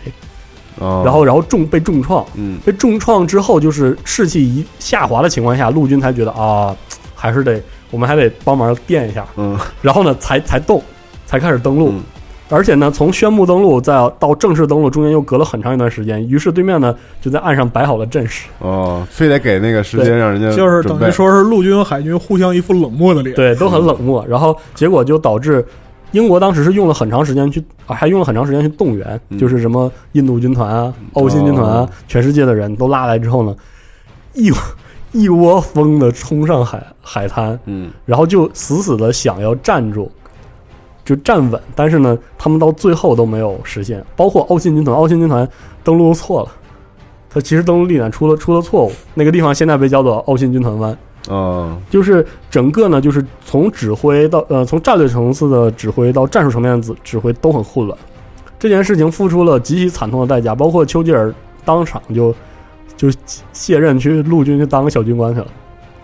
H: 哦，
B: 然后然后重被重创，
H: 嗯
B: 被重创之后就是士气一下滑的情况下，陆军才觉得啊，还是得我们还得帮忙垫一下，
H: 嗯
B: 然后呢才才动，才开始登陆。
H: 嗯
B: 而且呢，从宣布登陆再到正式登陆中间又隔了很长一段时间，于是对面呢就在岸上摆好了阵势。
H: 哦，非得给那个时间让人家
I: 就是
H: 呃准
I: 等
H: 备
I: 于说是陆军和海军互相一副冷漠的脸。
B: 对，
H: 嗯
B: 都很冷漠。然后结果就导致英国当时是用了很长时间去，啊还用了很长时间去动员，
H: 嗯
B: 就是什么印度军团啊、欧新军团啊
H: 哦，
B: 全世界的人都拉来之后呢，一窝一窝蜂的冲上海海滩，
H: 嗯
B: 然后就死死的想要站住。就站稳，但是呢，他们到最后都没有实现，包括欧信军团。欧信军团登陆错了，他其实登陆地点出了出了错误，那个地方现在被叫做欧信军团湾。
H: 哦
B: 就是整个呢，就是从指挥到呃，从战略层次的指挥到战术层面的指指挥都很混乱。这件事情付出了极其惨痛的代价，包括丘吉尔当场就就卸任去陆军去当个小军官去了。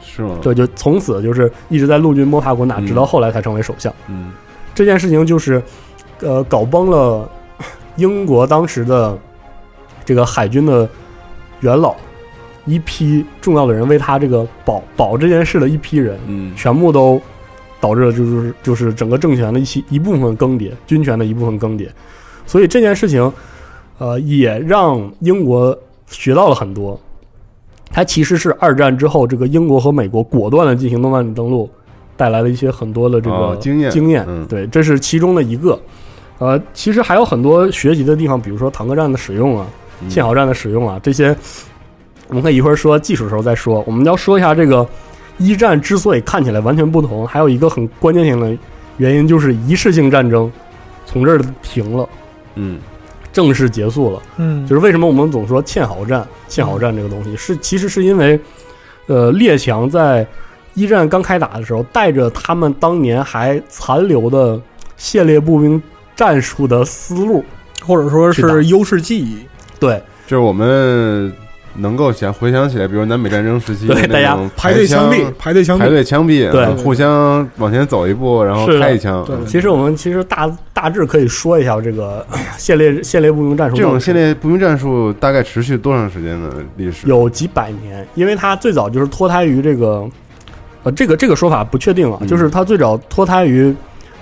H: 是吗？
B: 对，就从此就是一直在陆军摸爬滚打，
H: 嗯
B: 直到后来才成为首相。
H: 嗯
B: 这件事情就是呃，搞崩了英国当时的这个海军的元老，一批重要的人为他这个保保这件事的一批人。
H: 嗯
B: 全部都导致了就是就是整个政权的一起一部分更迭，军权的一部分更迭。所以这件事情，呃，也让英国学到了很多。它其实是二战之后，这个英国和美国果断的进行诺曼底登陆带来的一些很多的这个
H: 哦经验
B: 经验，
H: 嗯
B: 对，这是其中的一个。呃，其实还有很多学习的地方，比如说坦克战的使用啊，
H: 嗯
B: 堑壕战的使用啊，这些我们可以一会儿说技术的时候再说。我们要说一下这个一战之所以看起来完全不同，还有一个很关键性的原因就是一次性战争从这儿停了，
H: 嗯
B: 正式结束了。
I: 嗯，
B: 就是为什么我们总说堑壕战，堑壕战这个东西是其实是因为，呃，列强在一战刚开打的时候，带着他们当年还残留的械列步兵战术的思路，
I: 或者说
B: 去打
I: 是优势记忆。
B: 对
H: 就是我们能够想回想起来，比如南北战争时期
B: 对
H: 那种
B: 大家
I: 排队枪
H: 枪
I: 毙，排队枪
H: 排
I: 毙，
H: 队枪毙，
B: 对
H: 互相往前走一步，然后
B: 是的
H: 开一枪。
I: 对
B: 其实我们其实大大致可以说一下这个 械列械列步兵战术。
H: 这种系列步兵战术大概持续多长时间的历史？
B: 有几百年，因为它最早就是脱胎于这个，呃，这个这个说法不确定啊，
H: 嗯
B: 就是它最早脱胎于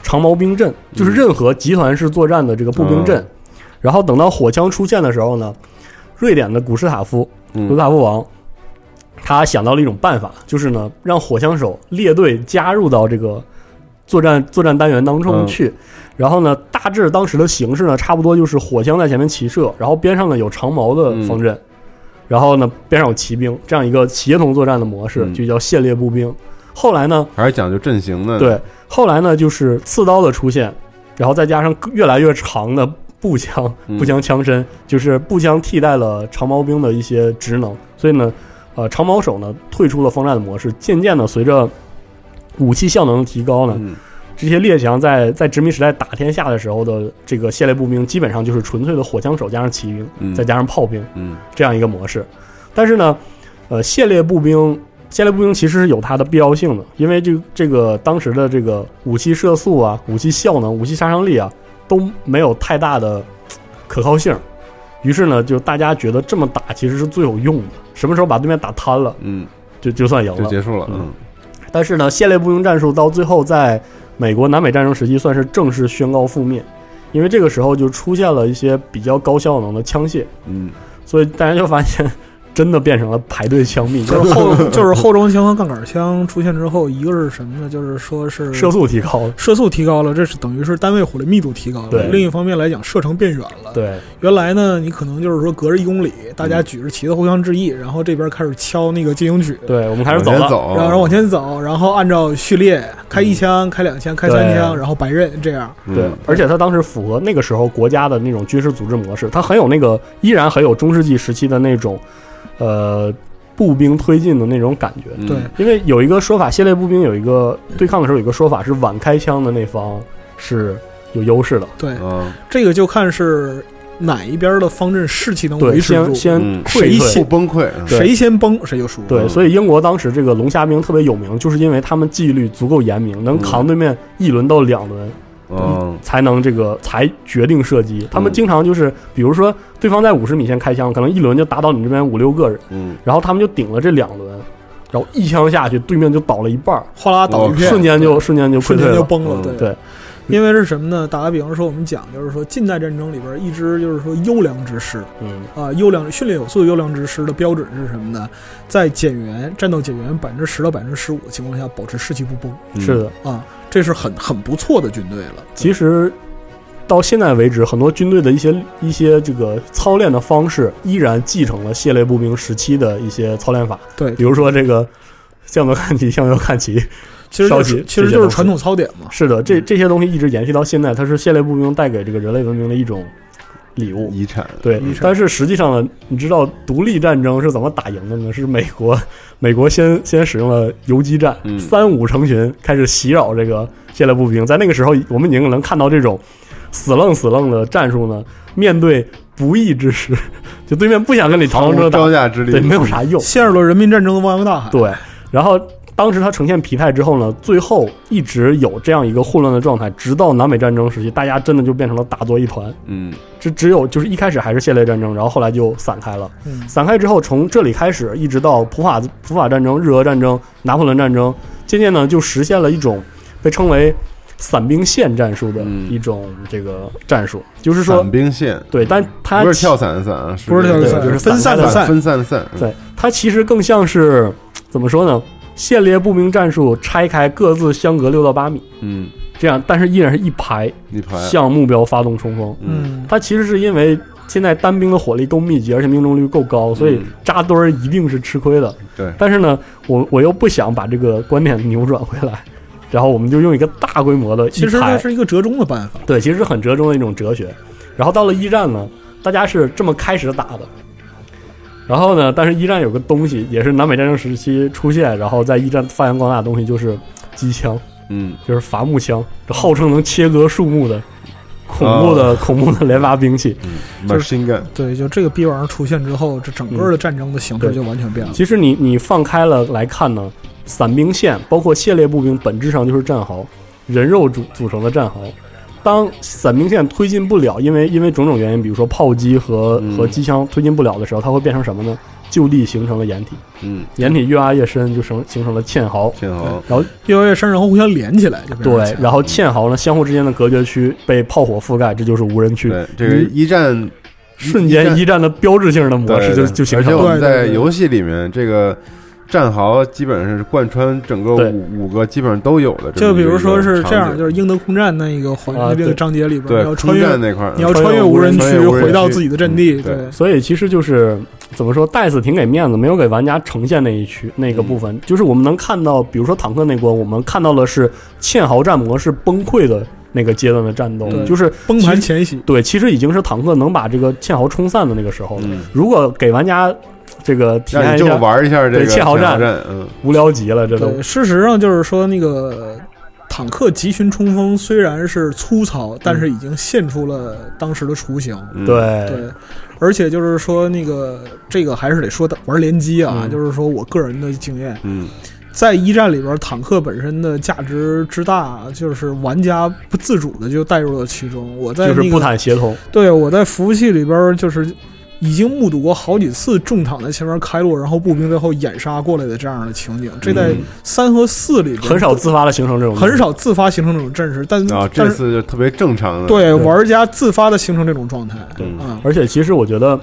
B: 长矛兵阵，就是
H: 嗯
B: 任何集团式作战的这个步兵阵。
H: 嗯
B: 然后等到火枪出现的时候呢，瑞典的古斯塔夫
H: 嗯
B: 古斯塔夫王，他想到了一种办法，就是呢让火枪手列队加入到这个作战作战单元当中
H: 嗯
B: 去。然后呢，大致当时的形式呢，差不多就是火枪在前面齐射，然后边上呢有长矛的
H: 嗯
B: 方阵，然后呢边上有骑兵，这样一个协同作战的模式，
H: 嗯
B: 就叫械列步兵。后来呢，
H: 还是讲究阵型的？，
B: 对，后来呢就是刺刀的出现，然后再加上越来越长的步枪
H: 嗯，
B: 步枪枪身，就是步枪替代了长矛兵的一些职能，所以呢，呃，长矛手呢退出了方战的模式，渐渐的随着武器效能的提高呢，
H: 嗯
B: 这些列强在在殖民时代打天下的时候的这个械列步兵，基本上就是纯粹的火枪手加上骑兵，
H: 嗯
B: 再加上炮兵
H: 嗯
B: 这样一个模式。但是呢，呃，械列步兵，械列步兵其实是有它的必要性的，因为这这个当时的这个武器射速啊、武器效能、武器杀伤力啊都没有太大的嘖可靠性。于是呢，就大家觉得这么打其实是最有用的，什么时候把对面打瘫了，
H: 嗯，
B: 就就算赢
H: 就
B: 了。
H: 结束了。嗯
B: 嗯但是呢，械列步兵战术到最后在美国南北战争时期算是正式宣告覆灭，因为这个时候就出现了一些比较高效能的枪械，
H: 嗯
B: 所以大家就发现真的变成了排队枪毙，
I: 就是后就是后装枪和杠杆枪出现之后，一个是什么呢？就是说是
B: 射速提高了，
I: 射速提高了，这是等于是单位火力密度提高了
B: 对。
I: 另一方面来讲，射程变远了。
B: 对，
I: 原来呢，你可能就是说隔着一公里，大家举着旗子互相致意，
B: 嗯
I: 然后这边开始敲那个进行曲，
B: 对我们开始走
H: 往前
B: 了，
H: 走，
I: 然后往前走，然后按照序列开一枪、开两枪、开三
B: 对
I: 枪，然后白刃这样。
H: 嗯
B: 对，而且他当时符合那个时候国家的那种军事组织模式，他很有那个依然很有中世纪时期的那种，呃，步兵推进的那种感觉。
H: 嗯
I: 对，
B: 因为有一个说法，蟹类步兵有一个对抗的时候有一个说法是晚开枪的那方是有优势的，
I: 对，
H: 嗯，
I: 这个就看是哪一边的方阵士气能
B: 对，
I: 维持
B: 先
I: 住，
B: 先
H: 嗯
B: 溃
I: 谁
H: 不
B: 退
I: 先。
H: 崩溃，
B: 对
I: 谁先崩谁就输。
B: 对，所以英国当时这个龙虾兵特别有名，就是因为他们纪律足够严明，
I: 嗯
B: 能扛对面一轮到两轮，
H: 嗯，
B: 才能这个才决定射击。他
H: 嗯
B: 们经常就是，比如说对方在五十米线开枪，可能一轮就打倒你这边五六个人，
H: 嗯，
B: 然后他们就顶了这两轮，然后一枪下去，对面就倒了一半儿，
I: 哗啦倒一片，
B: 瞬间就瞬间就溃
I: 哦瞬
B: 退
I: 间就
B: 了。
I: 崩了。
H: 嗯
I: 对
B: 哦对
I: 因为是什么呢？打个比方说，我们讲就是说，近代战争里边一支就是说优良之师
B: 嗯，
I: 啊、优良训练有素的优良之师的标准是什么呢？在减员战斗减员百分之十到百分之十五的情况下，保持士气不崩
H: 嗯
B: 是，的。
I: 啊，这是很很不错的军队了。
B: 其实到现在为止，很多军队的一些一些这个操练的方式，依然继承了蟹类步兵时期的一些操练法，
I: 对
B: 比，如说这个向左看齐，向右看齐，
I: 其实就
B: 烧
I: 是
B: 鸡
I: 其实就是传统操典嘛。
B: 是的，这这些东西一直延续到现在，它是蟹类步兵带给这个人类文明的一种礼物。
H: 遗产，
B: 嗯对，但是实际上呢，你知道独立战争是怎么打赢的呢？是美国， 美国先先使用了游击战，
H: 嗯
B: 三五成群开始袭扰这个现代步兵。在那个时候，我们已经能看到这种死愣死愣的战术呢，面对不义之师， 就对面不想跟你长
H: 无
B: 征
H: 招
B: 的
H: 架之
B: 打，
H: 力，
B: 对，没有啥 用。
I: 陷入了人民战争的汪洋大海。
B: 对，然后当时它呈现疲态之后呢，最后一直有这样一个混乱的状态，直到南北战争时期，大家真的就变成了打作一团。
H: 嗯，
B: 只只有就是一开始还是蟹类战争，然后后来就散开了。
I: 嗯
B: 散开之后，从这里开始一直到普法普法战争、日俄战争、拿破仑战争，渐渐呢就实现了一种被称为散兵线战术的
H: 嗯
B: 一种这个战术，就是说
H: 伞兵线，
B: 对，但它
H: 不是
B: 其
H: 跳伞的伞啊，
I: 不是跳
H: 这个
I: 伞
B: 就是
I: 分散
B: 散开
I: 的
B: 的
I: 散，
H: 分散的散，嗯
B: 对它其实更像是怎么说呢？线列步兵战术拆开，各自相隔六到八米，
H: 嗯，
B: 这样，但是依然是一排
H: 一排，
B: 向目标发动冲锋。
H: 嗯，
B: 它其实是因为现在单兵的火力够密集，而且命中率够高，所以
H: 嗯
B: 扎堆儿一定是吃亏的。
H: 对，
B: 但是呢，我我又不想把这个观点扭转回来，然后我们就用一个大规模的一
I: 其实
B: 排
I: 这是一个折中的办法。
B: 对，其实是很折中的一种哲学。然后到了一战呢，大家是这么开始打的。然后呢，但是一战有个东西，也是南北战争时期出现，然后在一战发扬光大啊的东西，就是机枪，
H: 嗯，
B: 就是伐木枪，这号称能切割树木的恐怖
I: 哦
B: 的、恐怖的连 发兵器。
H: 把
I: 就是
H: 新干，
I: 对，就这个逼玩意儿出现之后，这整个的战争的形式
B: 嗯对
I: 就完全变了。
B: 其实你你放开了来看呢，伞兵线包括蟹列步兵本质上就是战壕，人肉组组成的战壕。当伞兵线推进不了，因为因为种种原因，比如说炮击和
H: 嗯
B: 和机枪推进不了的时候，它会变成什么呢？就地形成了掩体，
H: 嗯，
B: 掩体越挖越深，就成形成了堑壕。
H: 挺好，
B: 然后
I: 越来越深，然后互相连起来，就变成
B: 对，
I: 钱
B: 然后堑壕呢相互之间的隔绝区被炮火覆盖，这就是无人区。
H: 对，这个一战
B: 瞬间一
H: 一
B: 战的标志性的模式就
H: 对对
B: 就形
H: 而且
B: 成
H: 我
B: 了。
H: 们在游戏里面这个。战壕基本上是贯穿整个
B: 对
H: 五五个，基本上都有的。
I: 就比如说是这样，就是是英德空战那一个环
B: 啊
I: 这个
B: 对
I: 章节里边，
H: 对
I: 你要穿
H: 空战
I: 越，
H: 那块儿，
I: 你要穿越无人
H: 穿越
I: 区
H: 无人
I: 回到
H: 区
I: 自己的阵地，
H: 嗯对
I: 对，
B: 所以其实就是怎么说，戴斯挺给面子，没有给玩家呈现那一区那个部分。
I: 嗯
B: 就是我们能看到，比如说坦克那关，我们看到的是堑壕战模式崩溃的那个阶段的战斗，
I: 对
B: 就是
I: 崩盘前夕，
B: 对，其实已经是坦克能把这个堑壕冲散的那个时候了。
H: 嗯
B: 如果给玩家这个体
H: 让
B: 验
H: 你
B: 一
H: 就
B: 下，
H: 玩一下这个
B: 对堑壕战
H: 战，嗯，
B: 无聊极了，这都
I: 对，事实上就是说那个。坦克集群冲锋虽然是粗糙，但是已经现出了当时的雏形。
H: 嗯，
B: 对
I: 对，而且就是说，那个这个还是得说的玩联机啊，
B: 嗯
I: 就是说我个人的经验，
H: 嗯，
I: 在一战里边，坦克本身的价值之大，就是玩家不自主的就带入到其中。我在、那
B: 就
I: 个、
B: 是不坦协同。
I: 对我在服务器里边，就是已经目睹过好几次中坦在前面开路，然后步兵最后掩杀过来的这样的情景。这在三和四里边
B: 嗯很少自发的形成这种，
I: 很少自发形成这种阵势，但、
H: 啊，这
I: 但是
H: 次就特别正常的，
I: 对
B: 对
I: 玩家自发的形成这种状态。
H: 嗯
I: 啊，
B: 而且其实我觉得，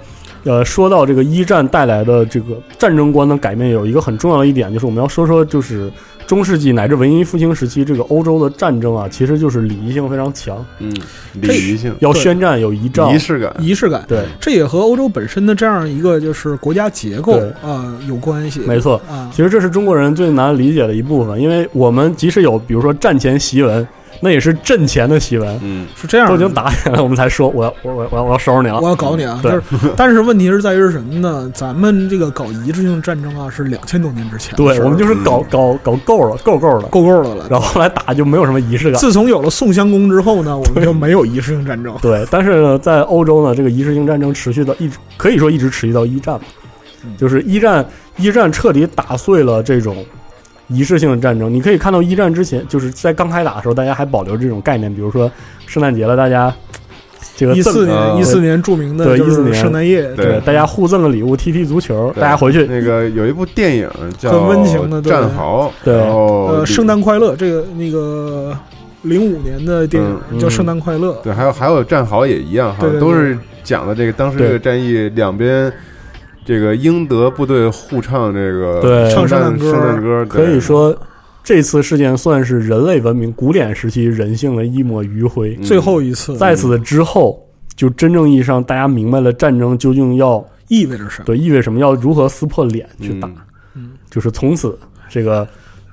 B: 呃，说到这个一战带来的这个战争观的改变，有一个很重要的一点，就是我们要说说，就是中世纪乃至文艺复兴时期这个欧洲的战争啊，其实就是礼仪性非常强，
H: 嗯，礼仪性
B: 要宣战，有仪
I: 嗯
B: 仗、
H: 仪式感，
I: 仪式感。
B: 对，
I: 这也和欧洲本身的这样一个就是国家结构
B: 对
I: 啊、有关系。
B: 没错
I: 啊，
B: 其实这是中国人最难理解的一部分，因为我们即使有比如说战前檄文，那也是阵前的檄文，
H: 嗯，
I: 是这样
B: 都
I: 的。
B: 已经打起来了，我们才说我要我我我要我要收拾你了
I: 我。要搞你啊！就
B: 对
I: 是，但是问题是在于是什么呢？咱们这个搞一致性战争啊，是两千多年之前的事儿了，
B: 对，我们就是搞搞搞够了，够够了，
I: 够够的了。
B: 然后后来打就没有什么仪式感。
I: 自从有了宋襄公之后呢，我们就没有仪式性战争。
B: 对，但是呢，在欧洲呢，这个仪式性战争持续到一直可以说一直持续到一战吧，就是一战一战彻底打碎了这种仪式性的战争。你可以看到一战之前，就是在刚开打的时候，大家还保留这种概念，比如说圣诞节了，大家这个
I: 一四
B: 赠
I: 年，
H: 嗯
I: 一四年著名的
B: 对
I: 就
B: 14
I: 是
B: 年
I: 圣诞夜，
H: 对
B: 对大家互赠个礼物，踢踢足球，
H: 对
B: 大家回去
H: 那个有一部电影叫
I: 很温情的
H: 《
I: 对
H: 战壕》，
B: 对
H: 然后
I: 呃，
B: 哦
H: 里
I: 圣诞快乐，这个那个零五年的电影
B: 嗯
I: 叫《
B: 嗯
I: 圣诞快乐》，
H: 对，还有还有战壕也一样哈
I: 对对，对
H: 都是讲的这个当时这个
B: 对
H: 战役两边。这个英德部队互唱这个
B: 对
H: 圣
I: 唱圣
H: 诞
I: 诞歌
H: 圣诞歌，
B: 可
H: 对
B: 以说。这次事件算是人类文明古典时期人性的一抹余晖。
H: 嗯
I: 最后一次
B: 在此之后，就真正意义上，大家明白了战争究竟要
I: 意味着什么？
B: 对，意味什么？要如何撕破脸去打？
H: 嗯
B: 就是从此，这个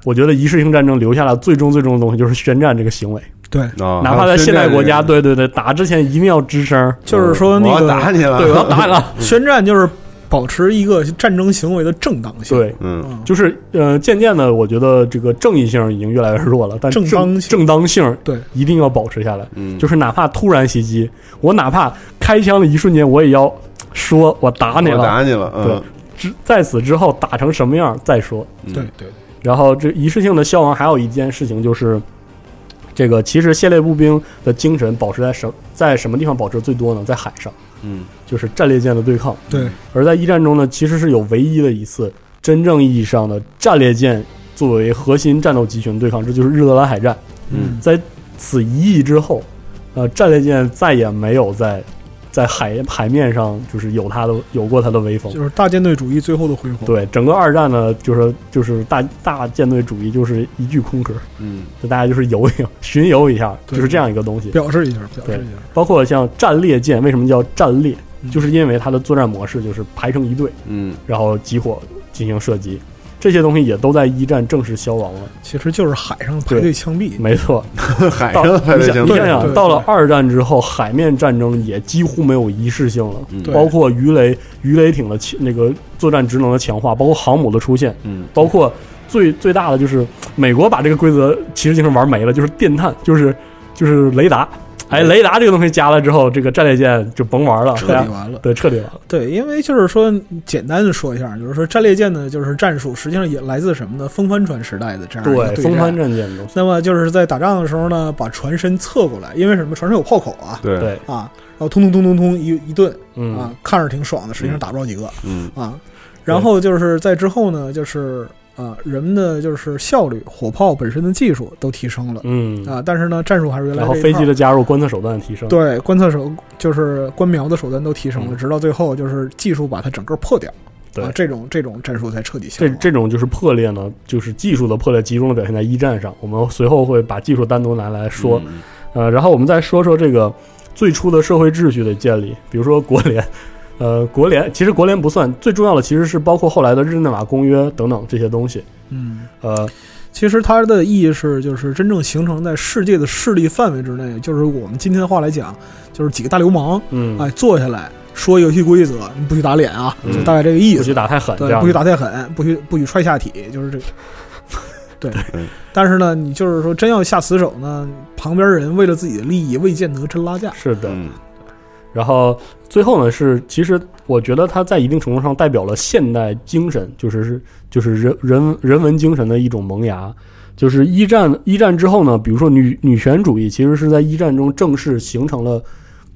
B: 我觉得仪式性战争留下了最终最终的东西，就是宣战这个行为。
I: 对，
H: 啊
B: 哪
H: 还
B: 怕
H: 有
B: 在现代
H: 这个
B: 国家，对对对，打之前一定要吱声。
I: 就是说那
H: 我要
I: 个
H: 打你了，
B: 对，我要打你了。
I: 宣战就是保持一个战争行为的正当性。
B: 对，
H: 嗯，
I: 嗯，
B: 就是呃，渐渐的，我觉得这个正义性已经越来越弱了，但
I: 正
B: 正
I: 当性
B: 正当性
I: 对
B: 一定要保持下来。
H: 嗯
B: 就是哪怕突然袭击，我哪怕开枪的一瞬间，我也要说我打你
H: 我
B: 了。
H: 打你了，嗯
B: 对，之在此之后打成什么样再说。
I: 对
J: 对，
B: 然后这仪式性的消亡还有一件事情就是，这个其实械列步兵的精神保持在什在什么地方保持最多呢？在海上，
H: 嗯，
B: 就是战列舰的对抗。
I: 对，
B: 而在一战中呢，其实是有唯一的一次真正意义上的战列舰作为核心战斗集群对抗，这就是日德兰海战。
H: 嗯，
B: 在此一役之后，呃，战列舰再也没有在在海海面上就是有它的有过它的威风。
I: 就是大舰队主义最后的辉煌。
B: 对，整个二战呢，就是就是大大舰队主义就是一句空壳，
H: 嗯
B: 就大家就是游一游 巡游一下，
I: 对
B: 就是这样一个东西。
I: 表示一下，表示一下，
B: 包括像战列舰，为什么叫战列？就是因为它的作战模式就是排成一队，
H: 嗯，
B: 然后集火进行射击，这些东西也都在一战正式消亡了。
I: 其实就是海上排队枪毙。
B: 没错，
I: 哎
H: 海
B: 到
H: 上还
B: 你
H: 得
B: 想
H: 行
B: 你
I: 对
B: 想
I: 对
B: 想，
I: 对
B: 到了二战之后，海面战争也几乎没有仪式性了，
H: 嗯
B: 包括鱼雷鱼雷艇的起那个作战职能的强化，包括航母的出现，
H: 嗯，
B: 包括最最大的就是美国把这个规则其实精神玩没了，就是电探，就是就是雷达。哎，雷达这个东西加了之后，这个战列舰就甭玩了，
I: 彻
B: 大
I: 底
B: 家
I: 完了，
B: 对，啊彻底完了。
I: 对，因为就是说，简单的说一下，就是说战列舰呢，就是战术，实际上也来自什么呢？风帆船时代的这样一个
B: 对，风
I: 啊
B: 帆
I: 战。
B: 战舰的东西，
I: 那么就是在打仗的时候呢，把船身侧过来，因为什么？船上有炮口啊，
H: 对
B: 对，
I: 啊，然后通通通通通一一顿
B: 嗯
I: 啊，，看着挺爽的，实际上打不着几个
H: 嗯
I: 啊。然后就是在之后呢，就是啊，人们的就是效率、火炮本身的技术都提升了
B: 嗯，
I: 啊，但是呢，战术还是原来
B: 然后
I: 这一
B: 飞
I: 套
B: 机的加入，观测手段的提升，
I: 对观测手就是观瞄的手段都提升了，
B: 嗯
I: 直到最后就是技术把它整个破掉，
B: 对
I: 啊，这种这种战术才彻底消
B: 这
I: 亡。
B: 这种就是破裂呢，就是技术的破裂集中的表现在一战上。我们随后会把技术单独拿来说，
H: 嗯
B: 呃，然后我们再说说这个最初的社会秩序的建立，比如说国联， 呃，国联其实国联不算，最重要的其实是包括后来的日内瓦公约等等这些东西。
I: 嗯，
B: 呃，
I: 其实它的意义是，就是真正形成在世界的势力范围之内，就是我们今天的话来讲，就是几个大流氓
B: 嗯，
I: 哎坐下来说游戏规则，你不许打脸啊，
B: 嗯
I: 就大概这个意
B: 不许
I: 思。
B: 打太狠，这
I: 对，
B: 样
I: 不许打太狠，不许不许踹下体，就是 这个。对
H: 嗯，
I: 但是呢，你就是说真要下死手呢，旁边人为了自己的利益，未见得真拉架。
B: 是的。
H: 嗯
B: 然后最后呢是，其实我觉得它在一定程度上代表了现代精神，就是是就是人人人文精神的一种萌芽。就是一战一战之后呢，比如说女女权主义，其实是在一战中正式形成了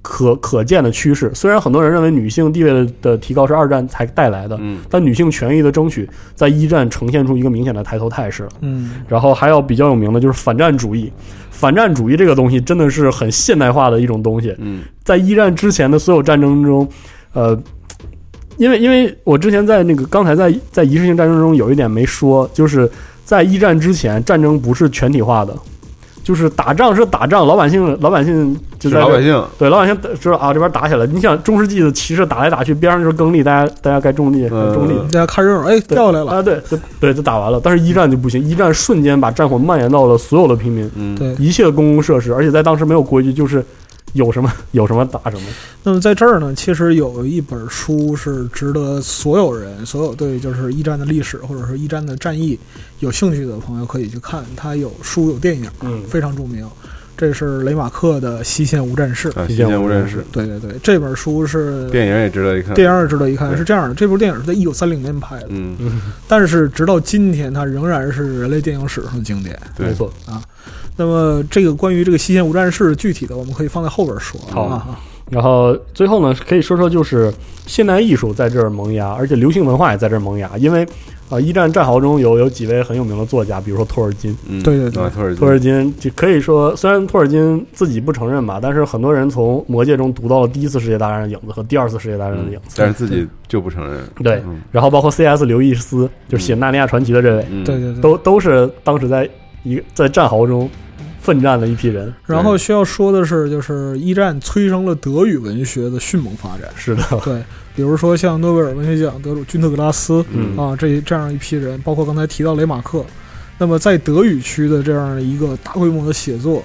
B: 可可见的趋势。虽然很多人认为女性地位的提高是二战才带来的，
H: 嗯
B: 但女性权益的争取在一战呈现出一个明显的抬头态势。
I: 嗯，
B: 然后还有比较有名的就是反战主义，反战主义这个东西真的是很现代化的一种东西。
H: 嗯
B: 在一战之前的所有战争中，呃，因为因为我之前在那个刚才在在仪式性战争中有一点没说，就是在一战之前，战争不是全体化的，就是打仗是打仗，老百姓老百姓就在
H: 老
B: 这
H: 百姓
B: 对老百姓知道啊，这边打起来，你想中世纪的骑士打来打去，边上就是耕地，大家大家该种地
H: 嗯
B: 种地。
I: 大家看热闹，哎，
B: 对
I: 掉下来了，
B: 啊！对，就对，就打完了。但是，一战就不行，一战瞬间把战火蔓延到了所有的平民，
H: 嗯，
I: 对。
B: 一切公共设施，而且在当时没有规矩，就是有什么有什么打什么。
I: 那么在这儿呢，其实有一本书是值得所有人、所有对就是一战的历史或者是一战的战役有兴趣的朋友可以去看，它有书有电影，
B: 嗯
I: 非常著名。这是雷马克的《西线无战事》。
H: 啊，西线无战事，
I: 对对对，这本书是
H: 电影也值得一看。
I: 电影也值得一看。
H: 对
I: 是这样的，这部电影是在一九三零年拍的，
H: 嗯，
I: 但是直到今天，它仍然是人类电影史上的经典。
H: 对
B: 没错，
I: 那么这个关于这个《西线无战事》具体的，我们可以放在后边说
B: 好
I: 啊。
B: 然后最后呢，可以说说就是现代艺术在这儿萌芽，而且流行文化也在这儿萌芽。因为啊、呃一战战壕中有有几位很有名的作家，比如说托尔金。
H: 嗯
I: 对对对
H: 啊托尔金
B: 托尔金就可以说，虽然托尔金自己不承认吧，但是很多人从《魔戒》中读到了第一次世界大战的影子和第二次世界大战的影
H: 嗯
B: 子。
H: 但是自己就不承认。
B: 对
H: 嗯，
B: 然后包括 C.S. 刘易斯，就是写《纳尼亚传奇》的这位，
H: 嗯，
I: 对对对，
B: 都都是当时在一个在战壕中奋战的一批人。
I: 然后需要说的是，就是一战催生了德语文学的迅猛发展。
B: 是的，
I: 对，比如说像诺贝尔文学奖得主君特格拉斯
B: 嗯
I: 啊，这这样一批人，包括刚才提到雷马克，那么在德语区的这样一个大规模的写作，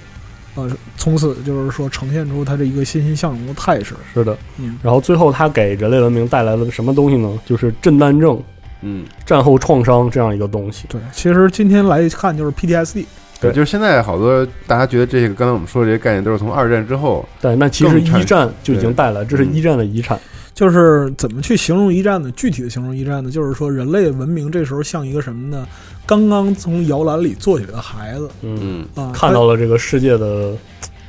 I: 啊，从此就是说呈现出他这一个欣欣向荣的态势。
B: 是的。
I: 嗯
B: 然后最后他给人类文明带来了什么东西呢？就是震旦症。
H: 嗯，
B: 战后创伤这样一个东西。
I: 对，其实今天来看就是 PTSD，
B: 对
H: 就是现在好多大家觉得这个刚才我们说的这些概念都是从二战之后，
B: 但那其实
H: 更产
B: 一战就已经带来，这是
H: 嗯
B: 一战的遗产。
I: 就是怎么去形容一战呢？具体的形容一战呢，就是说人类文明这时候像一个什么呢？刚刚从摇篮里坐起来的孩子
B: 嗯，
H: 嗯，
I: 啊，
B: 看到了这个世界的，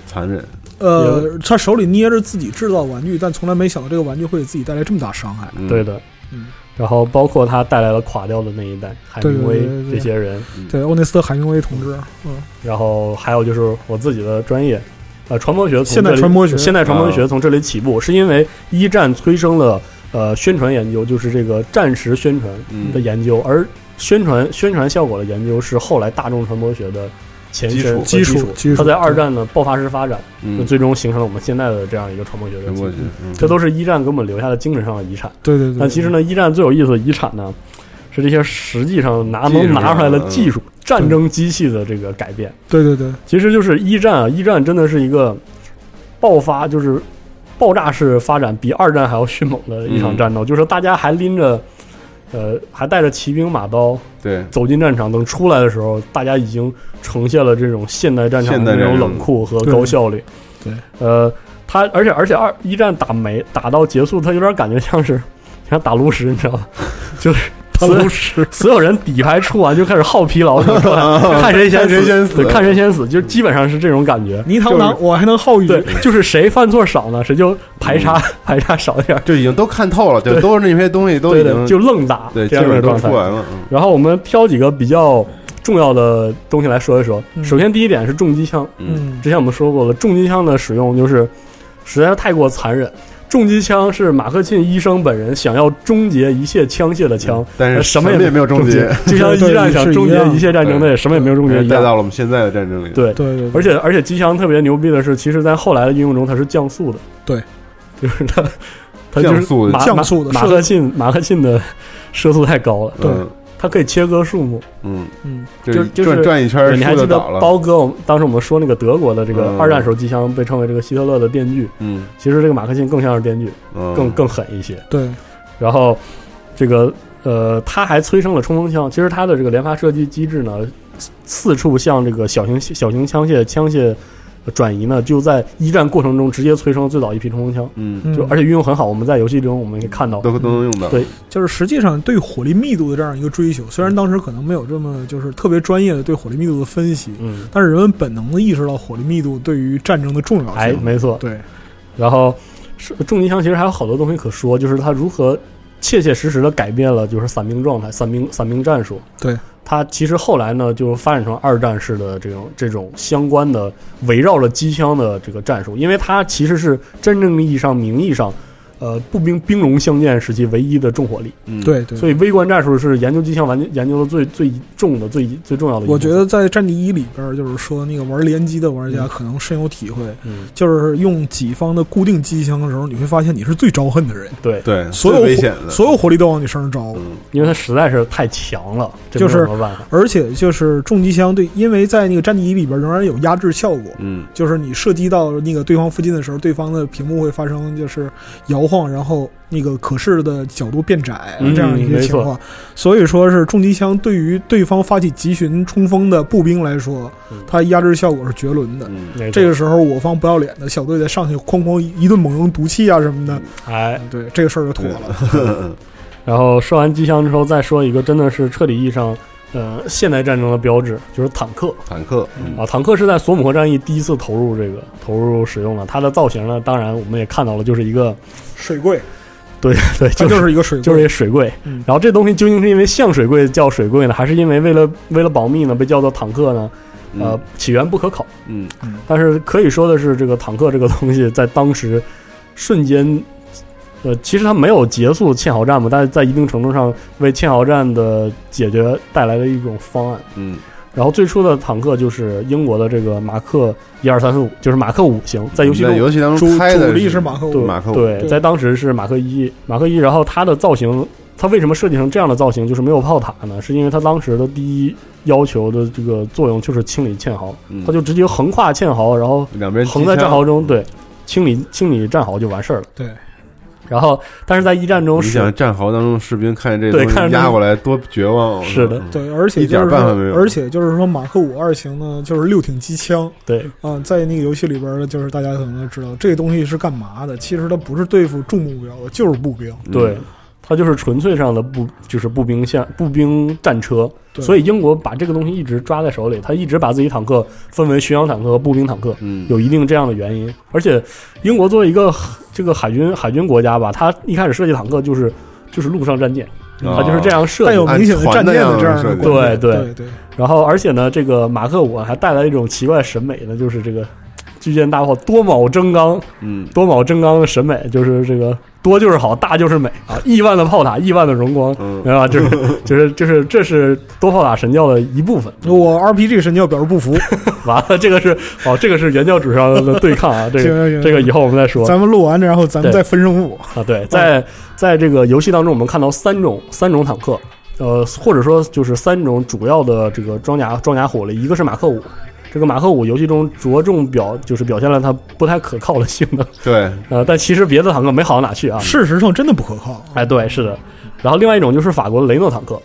H: 残忍，
I: 呃，他手里捏着自己制造玩具，但从来没想到这个玩具会给自己带来这么大伤害。
H: 嗯
B: 对，的。
I: 嗯，
B: 然后包括他带来了垮掉的那一代，海明威
I: 对对对对
B: 这些人，
I: 对，欧内斯特·海明威同志，嗯，
B: 然后还有就是我自己的专业，呃，传播学从这
I: 现代
B: 里，
I: 传播学
B: 现代传播
H: 啊
B: 学从这里起步，是因为一战催生了呃宣传研究，就是这个战时宣传
H: 嗯
B: 的研究，而宣传宣传效果的研究是后来大众传播学的前身和
I: 基
B: 基
I: 础基础基础
B: 它在二战呢爆发式发展，
H: 嗯
B: 就，最终形成了我们现在的这样一个传播学的
H: 全
B: 基
H: 过
B: 础
H: 去。，嗯
B: 这都是一战给我们留下的精神上的遗产。
I: 对对对。
B: 但其实呢，一战最有意思的遗产呢，是这些实际上拿
H: 技术
B: 能拿出来的
H: 上的
B: 技术、战争机器的这个改变。
I: 对，对对对，
B: 其实就是一战啊，一战真的是一个爆发，就是爆炸式发展，比二战还要迅猛的一场战斗。就是大家还拎着，呃，还带着骑兵马刀
H: 对，
B: 走进战场，等出来的时候，大家已经呈现了这种现代战场
H: 现代
B: 的那
H: 战
B: 种
H: 争
B: 冷酷和高效率。
I: 对
B: 呃，他而且而且二一战打没打到结束，他有点感觉像是 像打炉石，你知道吗？ 就是。所有所有人底牌出完就开始耗疲劳，是 吧看谁
H: 看谁先
B: 死，
H: 死嗯
B: 对看谁先死，就基本上是这种感觉。
I: 泥塘
B: 就是
I: 党，我还能好语，
B: 对，就是谁犯错少呢，谁就
H: 嗯
B: 排查排查少点儿，
H: 就已经都看透了，就
B: 对
H: 都是那些东西都已
B: 对
H: 经
B: 的，就愣打，
H: 对，基
B: 这样的
H: 本都
B: 状态
H: 出。来了，嗯
B: 然后我们挑几个比较重要的东西来说一说。
I: 嗯
B: 首先，第一点是重机枪，
I: 嗯，
B: 之前我们说过了，重机枪的使用就是实在是太过残忍。重机枪是马克沁医生本人想要终结一切枪械的
H: 嗯
B: 枪，呃
H: 但是
B: 什么也
H: 也没有终结，
B: 就像一战
I: 对是
B: 想
I: 一
B: 终结
I: 样
B: 一切战争的，
H: 对
B: 也什么也没有终结一
H: 带
B: 样。
H: 到了我们现在的战争里，，
B: 对，
I: 对对对，
B: 而且而且机枪特别牛逼的是，其实在后来的应用中它是降速的，
I: 对，
B: 就是它它就是
H: 降速的
B: 马
I: 降速的
B: 马马克沁马克沁的 射速太高了，
I: 对
H: 嗯
B: 它可以切割树木。
H: 嗯，
I: 嗯，
B: 就
H: 就是
B: 就是
H: 转转一圈儿
B: 对，你还
H: 树
B: 记
H: 就
B: 得
H: 倒了，
B: 包哥？我们当时我们说那个德国的这个
H: 嗯
B: 二战时候机枪被称为这个希特勒的电锯，
H: 嗯
B: 其实这个马克沁更像是电锯，
H: 嗯，
B: 更更狠一些。
I: 对，
B: 然后这个呃，他还催生了冲锋枪。其实它的这个连发射击机制呢，四四处向这个小型小型枪械枪械转移呢，就在一战过程中直接催生了最早一批冲锋枪，
H: 嗯，
I: 嗯
B: 就而且运用很好。我们在游戏中我们可以看到，
H: 都都能用到，
B: 对
I: 就是实际上对火力密度的这样一个追求，虽然当时可能没有这么就是特别专业的对火力密度的分析，
B: 嗯，
I: 但是人们本能的意识到火力密度对于战争的重要
B: 哎，
I: 性。
B: 没错。
I: 对，
B: 然后是重机枪其实还有好多东西可说，就是它如何切切实实的改变了就是伞兵状态、伞兵伞兵战术。
I: 对，
B: 它其实后来呢，就发展成二战式的这种这种相关的围绕着机枪的这个战术，因为它其实是真正意义上名义上呃步兵兵戎相见时期唯一的重火力。
H: 嗯，
I: 对对，
B: 所以微观战术是研究机枪玩研究的最最重的、最最重要的一部分。
I: 我觉得在《战地一》里边，就是说那个玩联机的玩家
B: 嗯
I: 可能深有体会，
B: 嗯，
I: 就是用己方的固定机枪的时候，你会发现你是最招恨的人，
B: 对，
H: 对，
I: 所有
H: 最
I: 火
H: 危险的，
I: 所有火力都往你身上招。
H: 嗯
B: 因为它实在是太强了，这
I: 就是
B: 没有什么办法。
I: 而且就是重机枪对，因为在那个战地一里边仍然有压制效果，
H: 嗯
I: 就是你射击到那个对方附近的时候，对方的屏幕会发生就是摇晃，然后那个可视的角度变窄
B: 嗯
I: 这样一些情况。所以说是重机枪对于对方发起急寻冲锋的步兵来说
B: 嗯，
I: 它压制效果是绝伦的。
H: 嗯，
B: 没错
I: 这个时候，我方不要脸的小队在上去哐哐一顿猛用毒气啊什么的，
B: 哎，
I: 对这个事儿就妥了。
B: 然后说完机枪之后，再说一个真的是彻底意义上，呃，现代战争的标志，就是坦克
H: 坦克，嗯
B: 啊。坦克是在索姆河战役第一次投入这个投入使用了。它的造型呢，当然我们也看到了，就是一个
I: 水柜，
B: 对对，
I: 它
B: 就
I: 就是是一个水柜，
B: 就是一个水柜。
I: 嗯
B: 然后这东西究竟是因为像水柜叫水柜呢，还是因为为了为了保密呢被叫做坦克呢？呃，起源不可考。
H: 嗯
B: 但是可以说的是，这个坦克这个东西在当时瞬间，呃，其实它没有结束堑壕战嘛，但是在一定程度上为堑壕战的解决带来了一种方案。
H: 嗯
B: 然后最初的坦克就是英国的这个马克一二三四五，就是马克五型，在游戏
H: 在
B: 中
H: 游戏当
I: 主
H: 中开
I: 主
H: 的
I: 力是马克
B: 对
I: 五，
H: 马克五
B: 对，
I: 对
B: 在当时是马克一，马克一，然后它的造型，它为什么设计成这样的造型，就是没有炮塔呢？是因为它当时的第一要求的这个作用就是清理堑壕，
H: 嗯
B: 它就直接横跨堑壕，然后
H: 两边
B: 横在战壕中，对，清理清理战壕就完事儿了。
I: 对，
B: 然后但是在一战中
H: 你
B: 是
H: 想战壕当中士兵看见这
B: 对
H: 东西
B: 看着
H: 压
B: 那
H: 过来多绝望，
B: 是的
H: 嗯，
I: 对，而且
H: 一点
I: 就是
H: 办法没有
I: 说，而且就是说，马克五二型呢，就是六挺机枪
B: 对
I: 啊、在那个游戏里边儿的，就是大家可能都知道这个东西是干嘛的。其实它不是对付重目标的，就是步兵。
B: 对，它就是纯粹上的步，就是步兵像步兵战车。
I: 对
B: 所以英国把这个东西一直抓在手里，他一直把自己坦克分为巡洋坦克和步兵坦克，
H: 嗯，
B: 有一定这样的原因。而且英国作为一个这个海军海军国家吧，它一开始设计坦克就是就是陆上战舰，
H: 啊
B: 它啊就是这样设计
I: 带
B: 的。
I: 有明显的
H: 按团
I: 战
H: 的
I: 舰
H: 样
I: 的
H: 子
I: 这样
H: 设
I: 的
H: 计
I: 观念
B: 对
I: 对对
B: 然后，而且呢，这个马克五还带来一种奇怪审美呢，就是这个巨舰大炮多铆蒸钢，
H: 嗯
B: 多铆蒸钢的审美就是这个多就是好，大就是美 啊！亿万的炮塔，亿万的荣光，
H: 嗯
B: 明白吧？就是就是就是这是多炮塔神教的一部分。
I: 我 RPG 神教表示不 服。
B: 完了，这个是哦，这个是原教旨上的对抗啊，这
I: 行
B: 个
I: 行行，
B: 这个以后我们再说
I: 咱们录嗯完，然后咱们
B: 对
I: 再分胜负。
B: 啊。对，在在这个游戏当中，我们看到三种三种坦克。呃，或者说就是三种主要的这个装甲装甲火力，一个是马克五，这个马克五游戏中着重表就是表现了它不太可靠的性能，
H: 对，
B: 呃，但其实别的坦克没好到哪去啊，
I: 事实上真的不可靠。
B: 哎，对，是的。然后另外一种就是法国的雷诺坦克，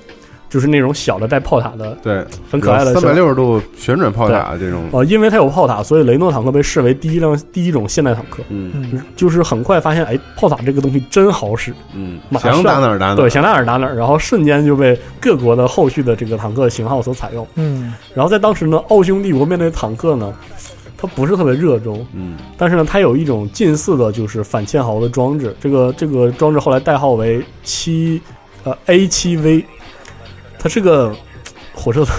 B: 就是那种小的带炮塔的，
H: 对，
B: 很可爱的
H: 三百六十度旋转炮塔这种，
B: 呃，因为它有炮塔，所以雷诺坦克被视为第一辆第一种现代坦克。
H: 嗯
I: 嗯，
B: 就是很快发现，哎，炮塔这个东西真好使，
H: 嗯，
B: 马上
H: 想打哪儿打哪儿，
B: 对，想打哪儿打哪儿，然后瞬间就被各国的后续的这个坦克型号所采用。
I: 嗯，
B: 然后在当时呢，奥匈帝国面对坦克呢，它不是特别热衷，
H: 嗯
B: 但是呢，它有一种近似的，就是反堑壕的装置。这个这个装置后来代号为七呃 A 七 V，它是个嘖火车头，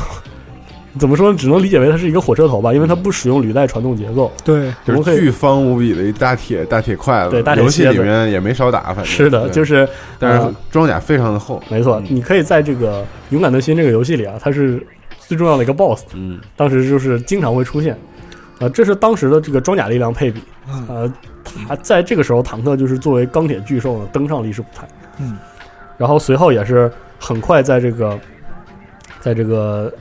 B: 怎么说呢？只能理解为它是一个火车头吧，因为它不使用履带传动结构。
I: 对，
H: 就
B: 我们可
H: 是
B: 以
H: 巨方无比的一大铁大铁筷子，
B: 对大铁
H: 游戏
B: 楔
H: 里
B: 子
H: 面也没少打，反正
B: 是的，
H: 对
B: 就是
H: 但是
B: 呃
H: 装甲非常的厚，
B: 没错，你可以在这个《勇敢的心》这个游戏里啊，它是最重要的一个 BOSS，
H: 嗯，
B: 当时就是经常会出现。呃，这是当时的这个装甲力量配比。
I: 嗯
B: 呃，它在这个时候，坦克就是作为钢铁巨兽呢登上历史舞台。
I: 嗯，
B: 然后随后也是很快在这个，在这个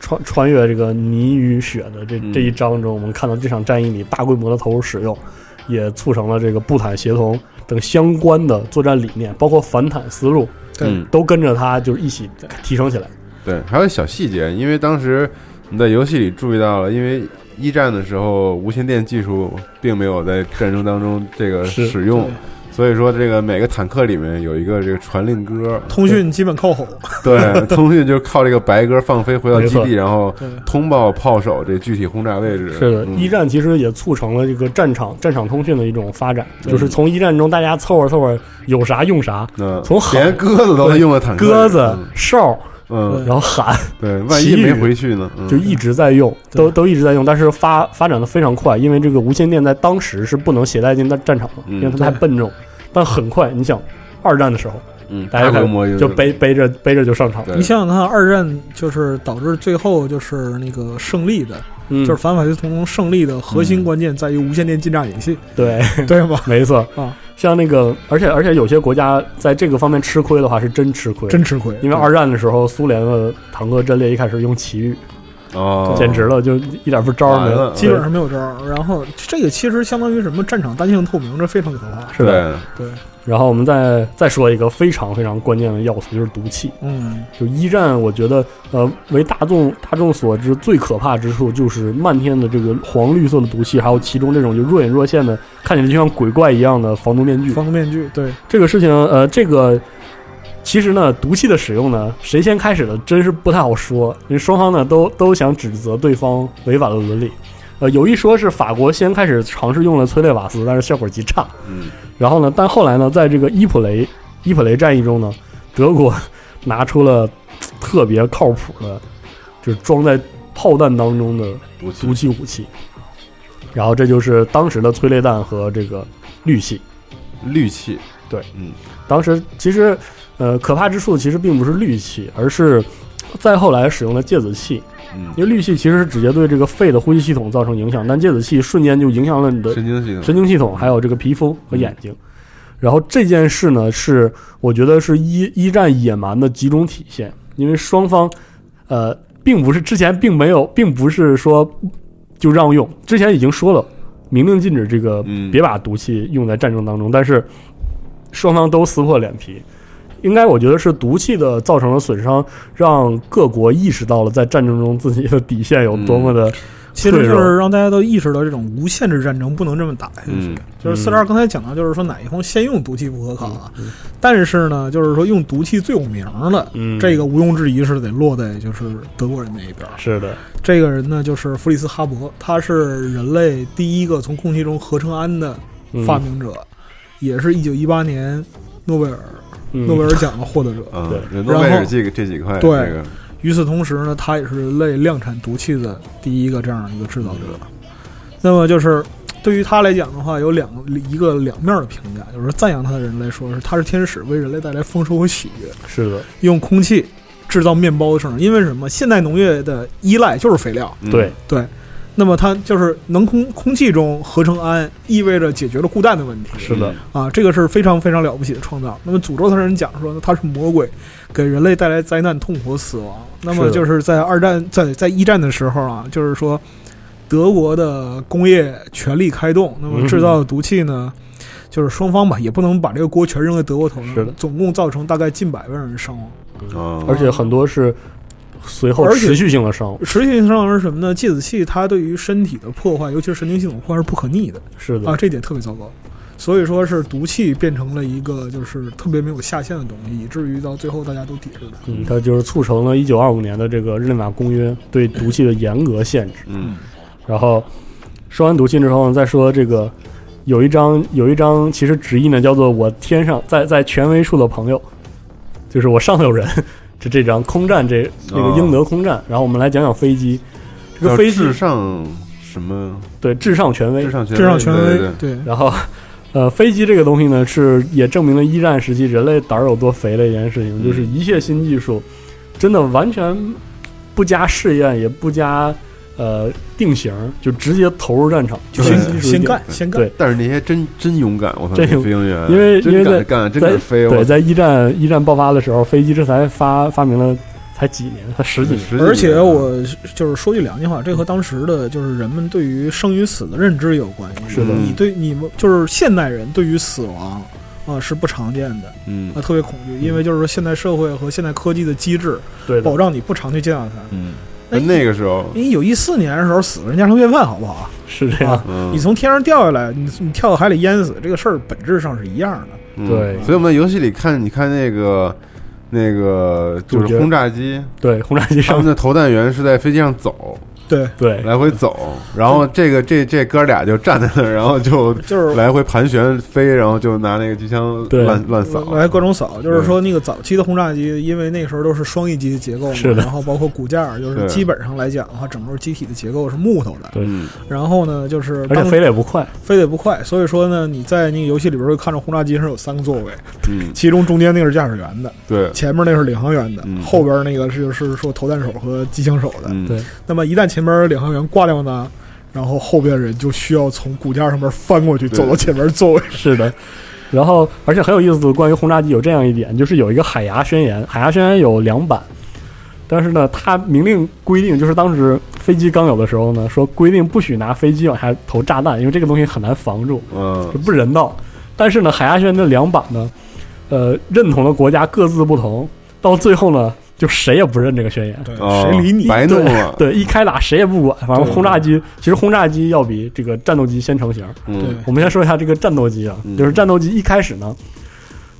B: 穿穿越这个泥与雪的这
H: 嗯
B: 这一章中，我们看到这场战役里大规模的投入使用，也促成了这个步坦协同等相关的作战理念，包括反坦思路，
I: 对
H: 嗯
B: 都跟着它就是一起提升起来。
H: 对，还有小细节，因为当时你在游戏里注意到了，因为一战的时候无线电技术并没有在战争当中这个
B: 是
H: 使用
I: 对，
H: 所以说这个每个坦克里面有一个这个传令歌，
I: 通讯基本靠吼。
H: 对，通讯就靠这个白鸽放飞回到
B: 没
H: 基
B: 错
H: 地，然后
I: 对
H: 通报炮手这具体轰炸位置。
B: 是的，
H: 嗯
B: 一战其实也促成了这个战场战场通讯的一种发展，就是从一战中大家凑合凑合，有啥用啥，
H: 嗯，
B: 从喊
H: 连鸽子都能用了坦克里，
B: 鸽子、哨，
H: 嗯，嗯，
B: 然后喊，
H: 对，万一
B: 旗
H: 没
B: 语
H: 回去呢，嗯
B: 就一直在用，
I: 对
B: 都都一直在用，但是发发展的非常快，因为这个无线电在当时是不能携带进到战场的，
H: 嗯
B: 因为它太笨重。但很快，你想二战的时候，
H: 嗯，
B: 大家
H: 大
B: 开
H: 规模
B: 始就
H: 就是
B: 背背着背着就上场，
H: 对
I: 你想想看，二战就是导致最后就是那个胜利的，
B: 嗯
I: 就是反法西斯同盟胜利的核心关键在于无线电近战演习，
B: 对，
I: 对吗？
B: 没错
I: 啊，
B: 像那个，而且而且有些国家在这个方面吃亏的话是真吃亏，
I: 真吃亏。
B: 因为二战的时候，苏联的坦克阵列一开始用奇遇，
H: 哦，
B: 简直了，就一点不招儿没
H: 完
B: 有
H: 了，
I: 基本上没有招儿，然后这个其实相当于什么战场单向透明，这非常可怕。
B: 是的。
H: 对，
B: 然后我们再再说一个非常非常关键的要素，就是毒气。
I: 嗯，
B: 就一战，我觉得呃，为大众大众所知最可怕之处就是漫天的这个黄绿色的毒气，还有其中这种就若隐若现的，看起来就像鬼怪一样的防毒面具。
I: 防毒面具，对，
B: 这个事情，呃，这个其实呢，毒气的使用呢，谁先开始的真是不太好说，因为双方呢都都想指责对方违反了伦理。呃，有一说是法国先开始尝试用了催泪瓦斯，但是效果极差。
H: 嗯，
B: 然后呢，但后来呢，在这个伊普雷伊普雷战役中呢，德国 拿出了特别靠谱的，就是装在炮弹当中的
H: 毒气
B: 毒气武器。然后这就是当时的催泪弹和这个氯气。
H: 氯气，
B: 当时其实，呃，可怕之处其实并不是氯气，而是再后来使用的芥子气。
H: 嗯，
B: 因为氯气其实是直接对这个肺的呼吸系统造成影响，但芥子气瞬间就影响了你的
H: 神经系统，
B: 神经系统，还有这个皮肤和眼
I: 嗯
B: 睛。然后这件事呢，是我觉得是一一战野蛮的集中体现，因为双方，呃，并不是之前并没有，并不是说就让用，之前已经说了，明令禁止这个
H: 嗯
B: 别把毒气用在战争当中，但是双方都撕破脸皮。应该我觉得是毒气的造成的损伤，让各国意识到了在战争中自己的底线有多么的
I: 嗯其
B: 脆
I: 实就
B: 弱
I: 是让大家都意识到这种无限制战争不能这么打下去。
H: 嗯，
I: 就是四十二刚才讲到，就是说哪一方先用毒气不可考啊，但是呢，就是说用毒气最有名的，
B: 嗯
I: 这个毋庸置疑是得落在就是德国人那一边儿。
B: 是的，
I: 这个人呢，就是弗里斯哈伯，他是人类第一个从空气中合成氨的
B: 嗯
I: 发明者，也是一九一八年诺贝尔
B: 嗯
I: 诺贝尔奖的获得者。
H: 啊
B: 对，
H: 人诺贝尔这个这几块，
I: 对
H: 这个
I: 与此同时呢，他也是人类量产毒气的第一个这样一个制造者。那么就是对于他来讲的话，有两一个两面的评价，就是赞扬他的人来说是他是天使，为人类带来丰收和喜悦，
B: 是的，
I: 用空气制造面包的生产。因为什么？现代农业的依赖就是肥料，
H: 嗯
B: 对，
I: 对。那么它就是能空空气中合成氨，意味着解决了固氮的问题。
B: 是的，
I: 啊，这个是非常非常了不起的创造。那么诅咒他的人讲说呢，他是魔鬼，给人类带来灾难、痛苦、死亡。那
B: 是
I: 么
B: 的
I: 就是在二战、在在一战的时候啊，就是说德国的工业全力开动，那
B: 嗯
I: 么制造的毒气呢，就是双方吧，也不能把这个锅全扔在德国头上，
B: 是的
I: 总共造成大概近百万人伤亡。
H: 啊，
B: 而且很多是随后
I: 而且
B: 持续性的伤。
I: 持续性伤亡是什么呢？芥子气它对于身体的破坏，尤其是神经系统破坏是不可逆的。
B: 是的，
I: 啊，这点特别糟糕。所以说是毒气变成了一个就是特别没有下限的东西，以至于到最后大家都抵制它。
B: 嗯，它就是促成了1925年的这个日内瓦公约对毒气的严格限制。
H: 嗯，
B: 然后说完毒气之后呢，再说这个有一章有一章其实直译呢叫做“我天上在在权威处的朋友”，就是我上有人。这这章空战这那
H: 哦
B: 个英德空战，然后我们来讲讲飞机。这
H: 叫
B: 个飞机
H: 至上什么
B: 对至上权威
H: 至，上权
I: 至上权
H: 对
I: 威
H: 对，
I: 对
B: 然后，呃，飞机这个东西呢，是也证明了一战时期人类胆儿有多肥的一件事情，就是一切新技术真的完全不加试验，也不加呃定型，就直接投入战场，就
H: 对
B: 是
H: 对
I: 先
B: 新技术
I: 先
B: 一定
I: 干先干
B: 对，
H: 但是那些真真勇敢，我操，
B: 真
H: 那
B: 勇
H: 飞行员，
B: 因为因
H: 真
B: 为
H: 敢
B: 在
H: 干，真
B: 在
H: 敢飞，
B: 对，
H: 我
B: 在一战一战爆发的时候，飞机这才发发明了才几年，才十几年。
H: 十几
I: 而且
H: 年
I: 我就是说句良心话，这和当时的就是人们对于生与死的认知有关系。
B: 是的
H: 嗯
I: 你对你们就是现代人对于死亡啊、是不常见的
H: 嗯
I: 啊、特别恐惧，因为就是说现代社会和现代科技的机制
B: 对的
I: 保障你不常去见到它。
H: 嗯，
B: 哎
I: 那
H: 那个时候，
I: 你有一四年的时候死了人家成便饭，好不好？
B: 是这样。
H: 嗯
I: 你，从天上掉下来，你你跳到海里淹死，这个事儿本质上是一样的。
H: 嗯
B: 对
H: 所以我们在游戏里看，你看那个那个就
B: 主角
H: 是轰炸机，
B: 对，轰炸机
H: 他
B: 上
H: 们的投弹员是在飞机上走，
I: 对
B: 对，
H: 来回走，然后这个这这哥俩就站在那儿，然后就
I: 就是
H: 来回盘旋飞，然后就拿那个机枪
B: 对
H: 乱乱扫，
I: 来各种扫，
B: 嗯
I: 就是说那个早期的轰炸机，因为那时候都是双翼机的结构嘛，
B: 是的
I: 然后包括骨架儿，就是
H: 是
I: 基本上来讲的话，整个机体的结构是木头的，
B: 对
H: 嗯
I: 然后呢，就是
B: 而且
I: 当
B: 飞得也不快，
I: 飞得也不快，所以说呢，你在那个游戏里边会看到轰炸机上有三个座位，
H: 嗯，
I: 其中中间那个是驾驶员的，
H: 对，
I: 前面那是领航员的，
H: 嗯
I: 后边那个是就是说投弹手和机枪手的。
H: 嗯
B: 对
I: 那么一旦前面领航员挂掉呢，然后后边的人就需要从骨架上面翻过去，
H: 对
I: 走到前面座位。
B: 是的。然后，而且很有意思，关于轰炸机有这样一点，就是有一个海牙宣言，海牙宣言有两版，但是呢，它明令规定，就是当时飞机刚有的时候呢，说规定不许拿飞机往下投炸弹，因为这个东西很难防住，
H: 嗯
B: 就不人道。但是呢，海牙宣言的两版呢，呃，认同的国家各自不同，到最后呢，就谁也不认这个宣言，
I: 对，
H: 哦
I: 谁理你？
H: 白弄了，
B: 对，一开打谁也不管，反正
H: 对
B: 轰炸机其实轰炸机要比这个战斗机先成型。
H: 嗯
B: 我们先说一下这个战斗机啊
H: 嗯，
B: 就是战斗机一开始呢，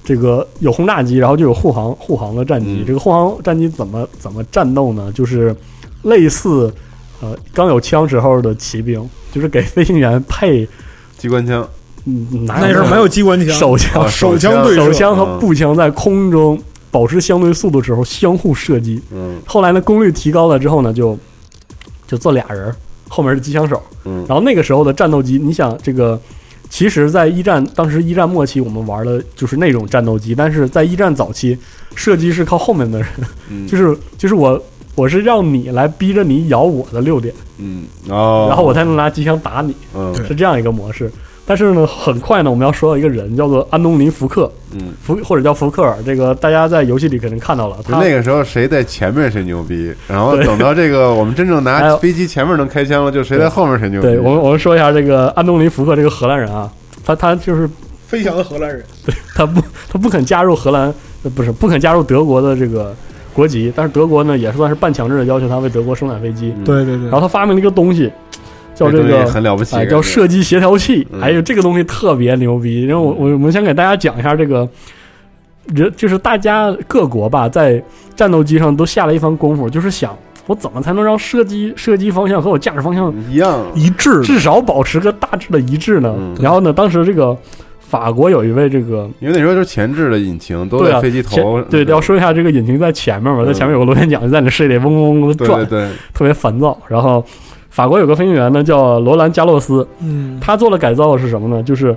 B: 这个有轰炸机，然后就有护航护航的战机
H: 嗯。
B: 这个护航战机怎么怎么战斗呢？就是类似呃刚有枪时候的骑兵，就是给飞行员配
H: 机关枪，
B: 嗯哪
I: 那时候没有机关枪，
B: 手枪
H: 啊、
I: 手
H: 枪
I: 枪对
B: 手
I: 射
B: 枪和
H: 嗯
B: 步枪在空中保持相对速度的时候相互射击。
H: 嗯
B: 后来呢，功率提高了之后呢，就就做俩人，后面是机枪手。
H: 嗯
B: 然后那个时候的战斗机，你想这个，其实，在一战当时一战末期，我们玩的就是那种战斗机，但是在一战早期，射击是靠后面的人，
H: 嗯，
B: 就是就是我我是让你来逼着你咬我的六点，
H: 嗯哦，
B: 然后我才能拿机枪打你，
H: 嗯
B: 是这样一个模式。但是呢，很快呢，我们要说到一个人叫做安东尼·福克，
H: 嗯，
B: 福或者叫福克尔，这个大家在游戏里肯定看到了，
H: 就
B: 他
H: 那个时候谁在前面谁牛逼，然后
B: 对
H: 等到这个我们真正
B: 还
H: 拿
B: 有
H: 飞机前面能开枪了，就谁在后面谁牛逼。
B: 对我们我们说一下这个安东尼·福克这个荷兰人啊，他他就是
I: 飞翔的荷兰 人，
B: 他不他不肯加入荷兰，呃不是不肯加入德国的这个国籍，但是德国呢也算是半强制的要求他为德国生产飞机，
H: 嗯
I: 对对对
B: 然后，他发明了一个东西，叫
H: 这
B: 这
H: 东西
B: 个。
H: 很了不起
B: 哎，，叫射击协调器。
H: 嗯
B: 哎呦，这个东西特别牛逼。然后我我我们先给大家讲一下这个，人就是大家各国吧，在战斗机上都下了一番功夫，就是想我怎么才能让射击射击方向和我驾驶方向
H: 一样，
I: 一致的
B: 至少保持个大致的一致呢？
H: 嗯
B: 然后呢，当时这个法国有一位这个
H: 因为那时候就是前置的引擎都
B: 对
H: 在
B: 啊
H: 飞机头，
B: 前对，要说一下这个引擎在前面嘛，
H: 嗯
B: 在前面有个螺旋桨，就在你视野里嗡嗡嗡的
H: 对
B: 转，
H: 对对，
B: 特别烦躁。然后法国有个飞行员呢叫罗兰加洛斯，
I: 嗯，
B: 他做的改造是什么呢？就是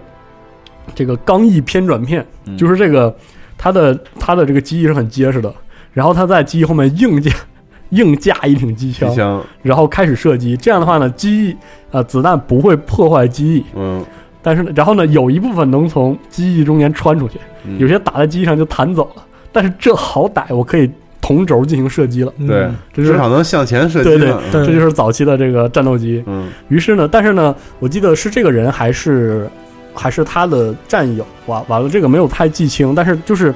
B: 这个刚翼偏转片，
H: 嗯
B: 就是这个它的它的这个机翼是很结实的，然后他在机翼后面硬架 硬架一挺机枪
H: 机，枪，
B: 然后开始射击。这样的话呢，机翼啊、呃子弹不会破坏机翼，
H: 嗯，
B: 但是呢，然后呢有一部分能从机翼中间穿出去。
H: 嗯
B: 有些打在机上就弹走了，但是这好歹我可以同轴进行射击了，
H: 对，
B: 这嗯就
H: 至
B: 是
H: 少能向前射
B: 对
H: 击嗯
B: 对
H: 了，
B: 这就是早期的这个战斗机。
H: 嗯
B: 于是呢，但是呢，我记得是这个人还是还是他的战友，完完了这个没有太记清，但是就是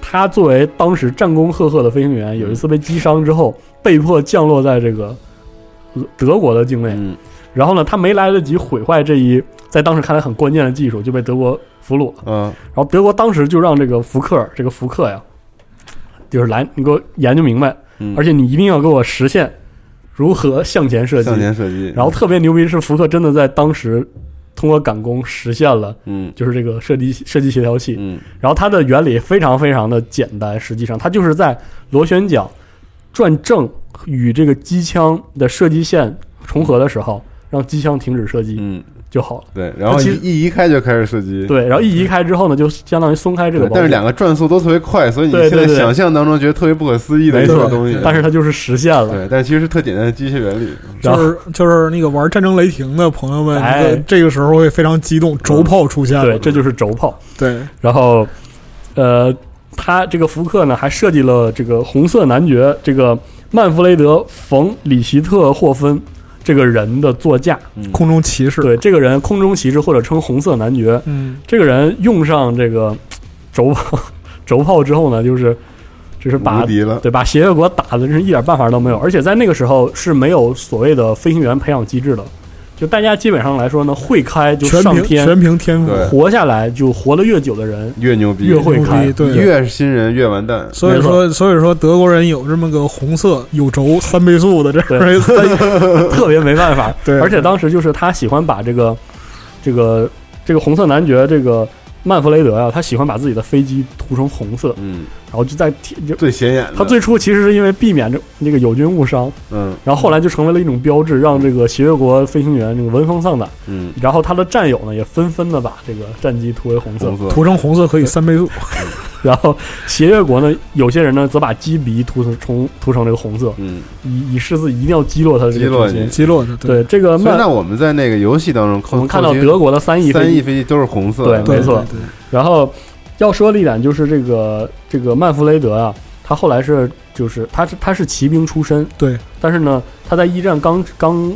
B: 他作为当时战功赫赫的飞行员，有一次被击伤之后，被迫降落在这个呃德国的境内，
H: 嗯
B: 然后呢，他没来得及毁坏这一在当时看来很关键的技术，就被德国俘虏了。
H: 嗯
B: 然后德国当时就让这个福克尔，这个福克呀，就是来你给我研究明白，
H: 嗯，
B: 而且你一定要给我实现如何向前射击
H: 向。前射击，
B: 然后特别牛逼的是，福克真的在当时通过赶工实现了，
H: 嗯
B: 就是这个射击射击协调器。
H: 嗯
B: 然后它的原理非常非常的简单，实际上它就是在螺旋桨转正与这个机枪的射击线重合的时候，让机枪停止射击
H: 嗯，
B: 就好了。
H: 对，然后
B: 其
H: 一
B: 实
H: 一移开就开始射击，
B: 对，然后一移开之后呢，就相当于松开这个
H: 对，
B: 包
H: 但是
B: 裹
H: 两个转速都特别快，所以你
B: 对
H: 现
B: 对
H: 在
B: 对
H: 想象当中觉得特别不可思议的一
B: 没
H: 个
B: 错
H: 东西，
B: 但是它就是实现了。
H: 对，但其实是特简单的机械原理，
I: 就
B: 然后
I: 是就是那个玩战争雷霆的朋友们，
B: 哎
I: 这个这个时候会非常激动，轴炮出现
B: 对，
I: 了，
B: 这就是轴炮。
I: 对，
B: 然后，呃，他这个福克呢还设计了这个红色男爵这个曼弗雷德·冯·里希特霍芬这个人的座驾。
I: 空中骑 士，
B: 嗯对，这个人空中骑士或者称红色男爵。
I: 嗯，
B: 这个人用上这个轴炮，轴炮之后呢，就是就是把
H: 无敌了，
B: 对，把协约国打的真是一点办法都没有，而且在那个时候是没有所谓的飞行员培养机制的，就大家基本上来说呢，会开就
I: 全
B: 上
I: 凭
B: 天，
I: 全凭天赋。
H: 对
B: 活下来就活得越久 的人，
H: 越牛逼，
B: 越会开
I: 牛逼对
H: 越是新人越完蛋。
I: 所以说，所以说德国人有这么个红色有轴三倍速的这样一 个，
B: 特别没办法。
I: 对
B: 而且当时就是他喜欢把这个这个这个红色男爵这个曼弗雷德啊，他喜欢把自己的飞机涂成红色，
H: 嗯，
B: 然后就在天就
H: 最显眼的，
B: 他最初其实是因为避免这那个友军误伤，
H: 嗯
B: 然后后来就成为了一种标志，让这个协约国飞行员这个闻风丧胆。
H: 嗯，
B: 然后他的战友呢也纷纷的把这个战机涂为红色
H: 红，色
I: 涂成红色可以三倍速。
B: 然后协约国呢有些人呢则把机鼻涂成重涂成这个红色，
H: 嗯，
B: 以以示自己一定要击落他的这
H: 击
B: 个
H: 落
B: 主
H: 你
B: 心。
I: 击落的，
B: 对，这个
H: 所以
B: 曼
H: 那我们在那个游戏当中扣，
B: 我们看到
H: 扣击
B: 德国的三翼
H: 三
B: 飞
H: 翼
B: 机，
H: 飞机都是红色的，
B: 对没错
I: 对对对
B: 然后要说的一点就是这个这个曼弗雷德啊，他后来是就是他是他是骑兵出身，
I: 对，
B: 但是呢他在一战刚刚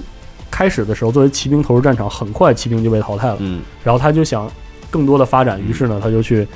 B: 开始的时候，作为骑兵投入战场，很快骑兵就被淘汰了，
H: 嗯，
B: 然后他就想更多的发展，于是呢他就去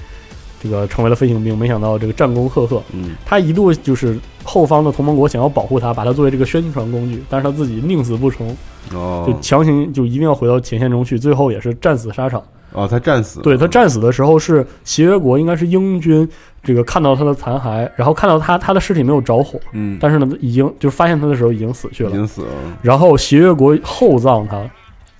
B: 这个成为了飞行兵，没想到这个战功赫赫，
H: 嗯
B: 他一度就是后方的同盟国想要保护他，把他作为这个宣传工具，但是他自己宁死不从，就
H: 哦
B: 强行就一定要回到前线中去，最后也是战死沙场。
H: 哦，他战死了，
B: 对他战死的时候是协约国，应该是英军这个看到他的残骸，然后看到他他的尸体没有着火，
H: 嗯，
B: 但是呢，已经就是发现他的时候已经死去
H: 已
B: 了。
H: 经死了，
B: 然后协约国厚葬他，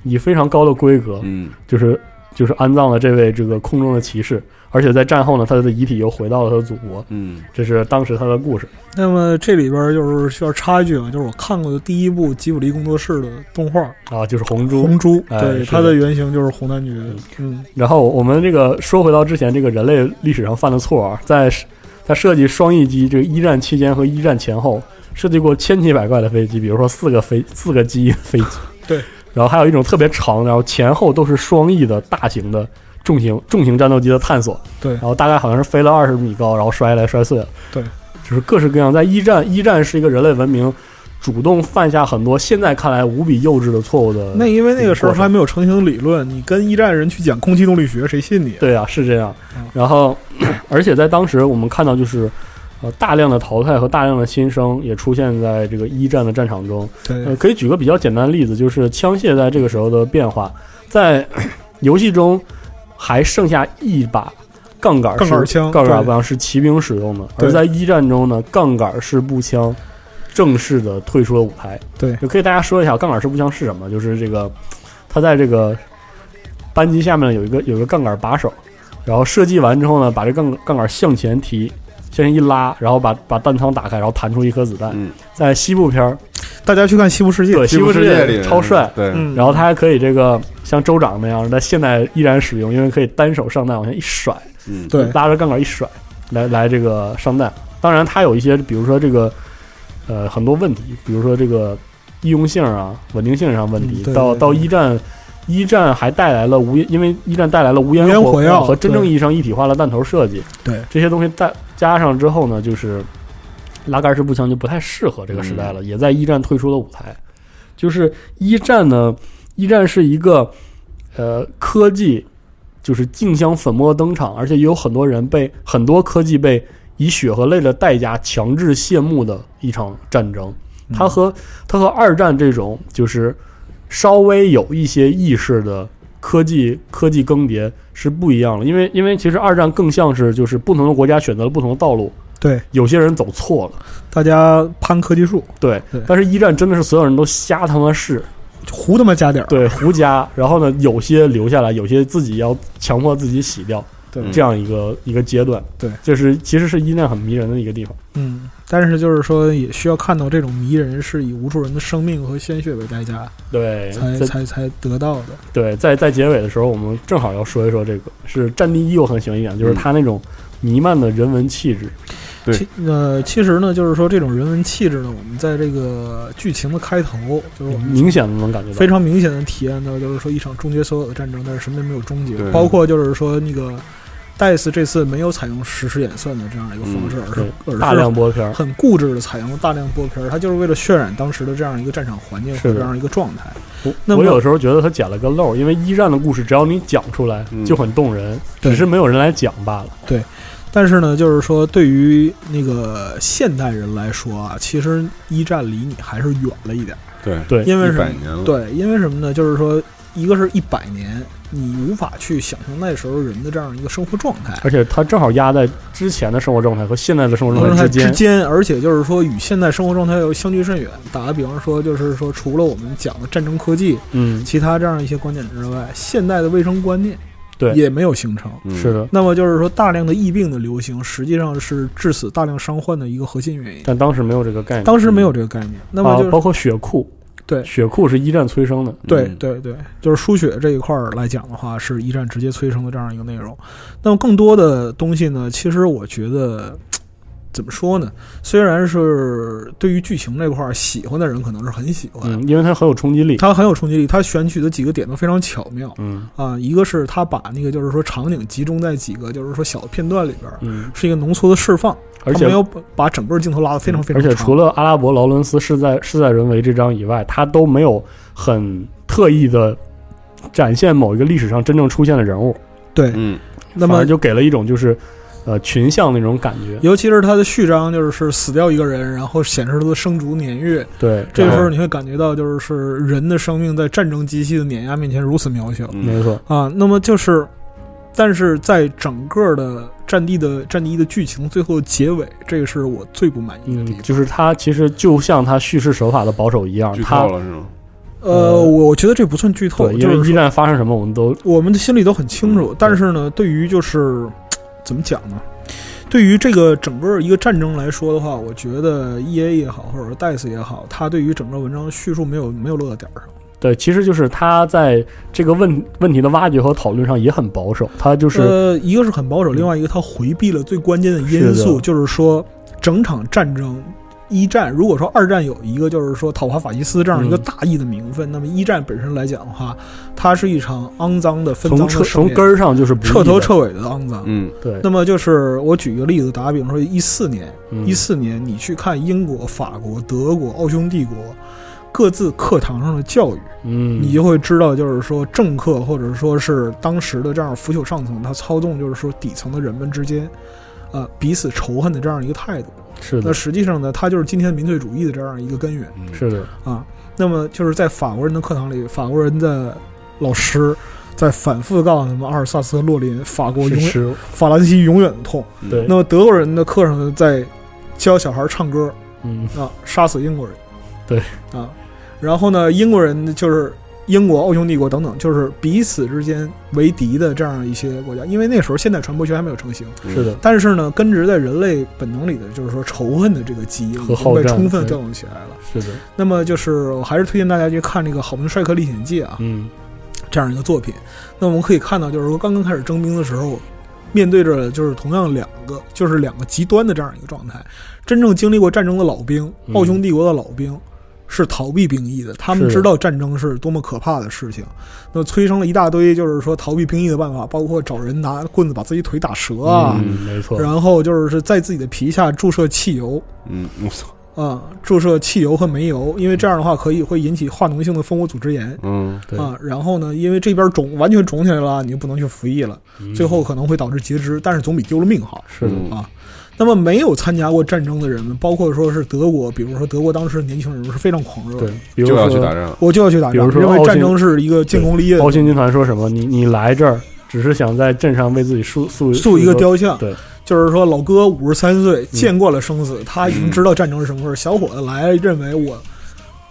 B: 以非常高的规格，
H: 嗯，
B: 就是就是安葬了这位这个空中的骑士，而且在战后呢，他的遗体又回到了他的祖国。
H: 嗯
B: 这是当时他的故事。
I: 那么这里边就是需要插一句啊，就是我看过的第一部吉卜力工作室的动画《
B: 啊，就是红珠。
I: 红猪》，
B: 哎
I: 对，
B: 是
I: 它的原型就是红男爵。嗯，
B: 然后我们这个说回到之前这个人类历史上犯的错啊，在在设计双翼机这个一战期间和一战前后，设计过千奇百怪的飞机，比如说四个飞四个机翼的飞机，
I: 对，
B: 然后还有一种特别长，然后前后都是双翼的大型的重型重型战斗机的探索，
I: 对
B: 然后大概好像是飞了二十米高，然后摔下来摔碎了，
I: 对，
B: 就是各式各样。在一战，一战是一个人类文明主动犯下很多现在看来无比幼稚的错误的，
I: 那因为那个时候还没有成型理论，你跟一战人去讲空气动力学，谁信你？
B: 对啊，是这样
I: 嗯。
B: 然后，而且在当时我们看到就是。呃，大量的淘汰和大量的新生也出现在这个一战的战场中。呃，
I: 对
B: 可以举个比较简单的例子，就是枪械在这个时候的变化，在游戏中还剩下一把杠杆
I: 杠杆
B: 是
I: 枪
B: 杠杆
I: 对
B: 枪是骑兵使用的，
I: 对
B: 而在一战中呢，杠杆式步枪正式的退出了舞台。
I: 对
B: 就可以大家说一下杠杆式步枪是什么？就是这个，它在这个扳机下面有一个有一个杠杆把手，然后射击完之后呢，把这杠杠杆向前提，向前一拉，然后把把弹仓打开，然后弹出一颗子弹。
H: 嗯，
B: 在西部片儿，
I: 大家去看《西部世界
B: 对》，西
H: 部
B: 部
H: 世
B: 世
H: 界
B: 界
H: 里
B: 超帅
H: 对，
I: 嗯，
B: 然后它还可以这个像州长那样，在现代依然使用，因为可以单手上弹，往前一甩，
H: 嗯
I: 对
B: 拉着杠杆一甩，来来这个上弹。当然，它有一些，比如说这个，呃，很多问题，比如说这个易用性啊、稳定性上问题
I: 嗯。对
B: 到
I: 对
B: 到一战，一战还带来了无，因为一战带来了无
I: 无烟
B: 烟
I: 火药
B: 和真正
I: 对
B: 意义上一体化的弹头设计。
I: 对
B: 这些东西带加上之后呢，就是拉杆式步枪就不太适合这个时代
I: 嗯
B: 了，也在一战退出了舞台。就是一战呢，一战是一个呃科技就是竞相粉墨登场，而且也有很多人被很多科技被以血和泪的代价强制谢幕的一场战争。
I: 嗯
B: 它和它和二战这种就是稍微有一些意识的科技科技更迭是不一样的，因为因为其实二战更像是就是不同的国家选择了不同的道路，
I: 对
B: 有些人走错了，
I: 大家攀科技树，
B: 对，
I: 对
B: 但是一战真的是所有人都瞎他妈试，
I: 胡他妈加点儿。
B: 对，胡加，然后呢，有些留下来，有些自己要强迫自己洗掉，
I: 对
B: 这样一个一个阶段，
I: 对
B: 这是其实是一战很迷人的一个地方，
I: 嗯，但是就是说，也需要看到这种迷人是以无数人的生命和鲜血为代价
B: 对，
I: 才
B: 在
I: 才才得到的。
B: 对，在在结尾的时候，我们正好要说一说这个是《战地一》，我很喜欢一点，就是
I: 嗯
B: 它那种弥漫的人文气质。
H: 对
I: 其呃，其实呢，就是说这种人文气质呢，我们在这个剧情的开头，就是我们
B: 明显的能感觉到，
I: 非常明显的体验到，就是说一场终结所有的战争，但是什么也没有终结
H: 对，
I: 包括就是说那个戴斯这次没有采用实时演算的这样一个方式，而是
B: 嗯对
I: 而是
B: 大量播片儿，
I: 很固执的采用了大量播片儿，它就是为了渲染当时的这样一个战场环境
B: 是
I: 和这
B: 的
I: 样一个状态。
B: 我
I: 那么
B: 我有时候觉得他捡了个漏儿，因为一战的故事只要你讲出来
H: 嗯
B: 就很动人，
I: 对
B: 只是没有人来讲罢了。
I: 但是呢，就是说对于那个现代人来说啊，其实一战离你还是远了一点儿。
H: 对
B: 对
I: 因为什
H: 100年
I: 么？
H: 了
I: 对，因为什么呢？就是说，一个是一百年，你无法去想象那时候人的这样一个生活状态。
B: 而且它正好压在之前的生活状态和现在的生活状态
I: 态
B: 嗯之间。
I: 间，而且就是说与现在生活状态又相距甚远。打个比方说，就是说除了我们讲的战争科技，
B: 嗯，
I: 其他这样一些观点之外，现代的卫生观念
B: 对
I: 也没有形成。
H: 嗯
B: 是的。
I: 那么就是说，大量的疫病的流行，实际上是致死大量伤患的一个核心原因。
B: 但当时没有这个概念，
I: 当时没有这个概念。那么
B: 啊，
I: 就
B: 包
I: 是
B: 括血库，
I: 对
B: 血库是一战催生的，
I: 对
H: 嗯
I: 对对，就是输血这一块儿来讲的话，是一战直接催生的这样一个内容。那么更多的东西呢，其实我觉得。怎么说呢？虽然是对于剧情这块儿喜欢的人可能是很喜欢，
B: 嗯，因为它很有冲击力，
I: 它很有冲击力，它选取的几个点都非常巧妙
B: 嗯
I: 啊。一个是它把那个就是说场景集中在几个就是说小的片段里边儿，
B: 嗯，
I: 是一个浓缩的释放，
B: 而
I: 它
B: 且嗯
I: 没有把把整个镜头拉得非常非常
B: 而
I: 长。
B: 且除了阿拉伯劳伦斯事在事在人为这张以外，他都没有很特意的展现某一个历史上真正出现的人物，
I: 对，
H: 嗯，
I: 那
B: 反
I: 么
B: 而就给了一种就是呃群像那种感觉。
I: 尤其是它的序章，就是死掉一个人，然后显示他的生卒年月，
B: 对，
I: 这个时
B: 然
I: 候
B: 后
I: 你会感觉到，就是是人的生命在战争机器的碾压面前如此渺小
H: 嗯
B: 没错，
I: 啊。那么就是，但是在整个的战地的战地的剧情最后结尾，这个是我最不满意的地
B: 嗯，
I: 方。
B: 就是他其实就像他叙事手法的保守一样，
H: 剧
B: 啊他
H: 透了是吗？
I: 呃，
B: 呃
I: 我觉得这不算剧透，
B: 对，因
I: 就是
B: 为一
I: 说
B: 战发生什么我们都
I: 我们的心里都很清楚
B: 嗯。
I: 但是呢，对于就是怎么讲呢？对于这个整个一个战争来说的话，我觉得 E A 也好，或者是 DICE 也好，它对于整个文章的叙述没有没有落到点儿上。
B: 对，其实就是他在这个问问题的挖掘和讨论上也很保守，他就是、嗯
I: 呃，一个是很保守，另外一个他回避了最关键的因
B: 是
I: 素，
B: 的
I: 就是说整场战争。一战，如果说二战有一个就是说讨伐法西斯这样一个
B: 嗯
I: 大义的名分，那么一战本身来讲的话，它是一场肮脏的、分
B: 从
I: 赃
B: 彻
I: 的
B: 从
I: 盛
B: 根
I: 宴、
B: 儿上就是不
I: 彻
B: 利
I: 头
B: 的
I: 彻尾的肮脏。
H: 嗯
B: 对
I: 那么就是我举一个例子，打个比方说，一四年，
B: 嗯
I: 一四年你去看英国、法国、德国、奥匈帝国各自课堂上的教育，
B: 嗯
I: 你就会知道，就是说政客或者说是当时的这样腐朽上层，他操纵就是说底层的人们之间，呃彼此仇恨的这样一个态度。
B: 是
I: 那
B: 的，
I: 实际上呢，它就是今天民粹主义的这样一个根源
H: 嗯
B: 是的，
I: 啊。那么就是在法国人的课堂里，法国人的老师在反复地告诉他们阿尔萨斯和洛林，法国
B: 是
I: 永远
B: 是，
I: 法兰西永远的痛。
H: 嗯
B: 对
I: 那么德国人的课上呢，在教小孩唱歌
B: 嗯，
I: 啊，杀死英国人，
B: 对
I: 啊，然后呢，英国人就是英国、奥匈帝国等等，就是彼此之间为敌的这样一些国家，因为那时候现代传播学还没有成型，
B: 是的，
I: 但是呢，根植在人类本能里的就是说仇恨的这个基因
B: 和
I: 已经
B: 好
I: 被
B: 战
I: 充分
B: 对
I: 调动起来了。
B: 是的，
I: 那么就是我还是推荐大家去看那个《好门帅克历险记》啊，
B: 嗯，
I: 这样一个作品。那我们可以看到，就是说刚刚开始征兵的时候，面对着就是同样两个，就是两个极端的这样一个状态。真正经历过战争的老兵，
B: 嗯
I: 奥匈帝国的老兵。是逃避兵役的，他们
B: 是的
I: 知道战争是多么可怕的事情，那么催生了一大堆就是说逃避兵役的办法，包括找人拿棍子把自己腿打折啊，
B: 嗯，没错，
I: 然后就是在自己的皮下注射汽油
H: 嗯，我操，
I: 啊、注射汽油和煤油，因为这样的话可以会引起化脓性的蜂窝组织炎，
H: 嗯
B: 对
I: 啊，然后呢，因为这边肿完全肿起来了，你就不能去服役了，
B: 嗯
I: 最后可能会导致截肢，但是总比丢了命好。
B: 是的，
H: 嗯
I: 啊，那么没有参加过战争的人们，包括说是德国，比如说德国当时的年轻人是非常狂热的
B: 对，，比如
H: 就要去打
B: 说
H: 仗，
I: 我就要去打
B: 比如
I: 仗，
B: 说
I: 认为
B: 奥
I: 战
B: 匈
I: 争是一个建功立业的
B: 奥匈军团说什么，你你来这儿只是想在镇上为自己塑塑
I: 塑一个
B: 个，
I: 雕像。
B: 对，嗯
I: 就是说老哥五十三岁，见惯了生死，他已经知道战争是什么事儿。小伙子来认为我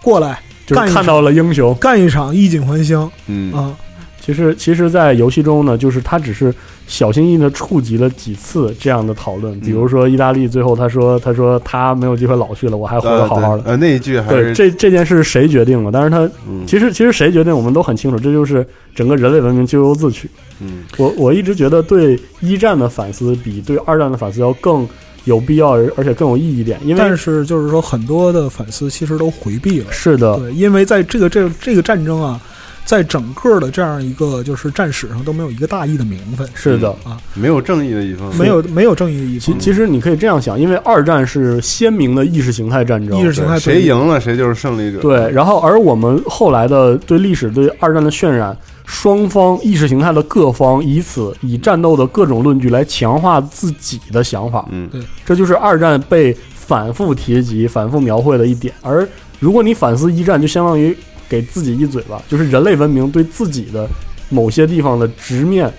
I: 过来
B: 就
I: 干一
B: 是看到了英雄。
I: 干一场衣锦还乡
H: 嗯
I: 啊，
B: 其实其实，在游戏中呢，就是他只是小心翼翼的触及了几次这样的讨论，比如说意大利最后他说他说他没有机会老去了，我还活得
H: 呃
B: 好好
H: 对
B: 的。
H: 呃，那一句还
B: 对，
H: 是
B: 这这件事谁决定了？但是他
H: 嗯
B: 其实其实谁决定，我们都很清楚，这就是整个人类文明咎由自取。
H: 嗯
B: 我我一直觉得对一战的反思比对二战的反思要更有必要，而而且更有意义一点，因
I: 但
B: 为
I: 是就是说很多的反思其实都回避了。
B: 是的，
I: 对，因为在这个这这个战争啊，在整个的这样一个就是战史上都没有一个大义的名分。
B: 是的
I: 啊，
H: 没有正义的一方，
I: 没有没有正义的一
B: 其
I: 方，
B: 其实你可以这样想，因为二战是鲜明的意识形态战争，
I: 意识形态
H: 谁赢了谁就是胜利者。
B: 对，然后而我们后来的对历史、对二战的渲染，双方意识形态的各方以此以战斗的各种论据来强化自己的想法，
H: 嗯，
B: 这就是二战被反复提及、反复描绘的一点。而如果你反思一战，就相当于给自己一嘴巴，就是人类文明对自己的某些地方的直面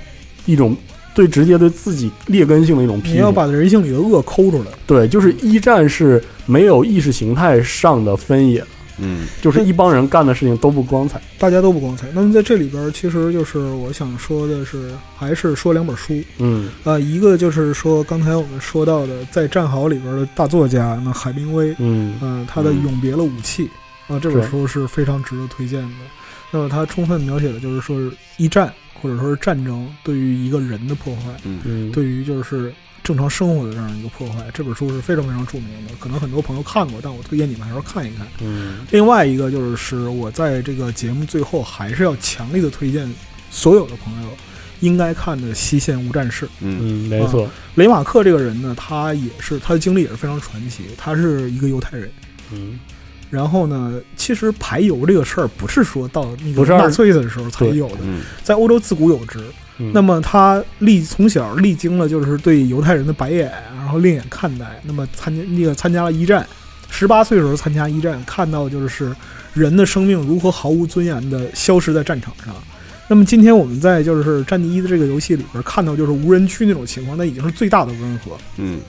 B: 一种对直接对自己劣根性的一种批
I: 你
B: 评
I: 要。把人性里的恶抠出来。
B: 对，就是一战是没有意识形态上的分野，
H: 嗯，
B: 就是一帮人干的事情都不光彩。
I: 大家都不光彩。那么在这里边儿，其实就是我想说的是，还是说两本书，
B: 嗯
I: 呃，一个就是说刚才我们说到的，在战壕里边的大作家那海明威，
B: 嗯
I: 嗯、他的《永别了武器》啊、这本
B: 是
I: 书是非常值得推荐的。那么它充分描写的就是说是一战或者说是战争对于一个人的破坏，
B: 嗯，
I: 对于就是正常生活的这样一个破坏。这本书是非常非常著名的，可能很多朋友看过，但我推荐你们还是看一看。
B: 嗯
I: 另外一个就是，我在这个节目最后还是要强烈的推荐所有的朋友应该看的《西线无战事》。
H: 嗯
B: 嗯，
I: 啊
B: 没错，
I: 雷马克这个人呢，他也是他的经历也是非常传奇，他是一个犹太人。
B: 嗯，
I: 然后呢，其实排犹这个事儿不是说到那
B: 不
I: 个
B: 是二
I: 纳粹的时候才有的，
H: 嗯
I: 在欧洲自古有之。
B: 嗯
I: 那么他历从小历经了就是对犹太人的白眼，然后另眼看待。那么参加那个参加了一战，十八岁的时候参加一战，看到就是人的生命如何毫无尊严的消失在战场上。那么今天我们在就是《战地一》的这个游戏里边看到就是无人区那种情况，那已经是最大的温和，
H: 嗯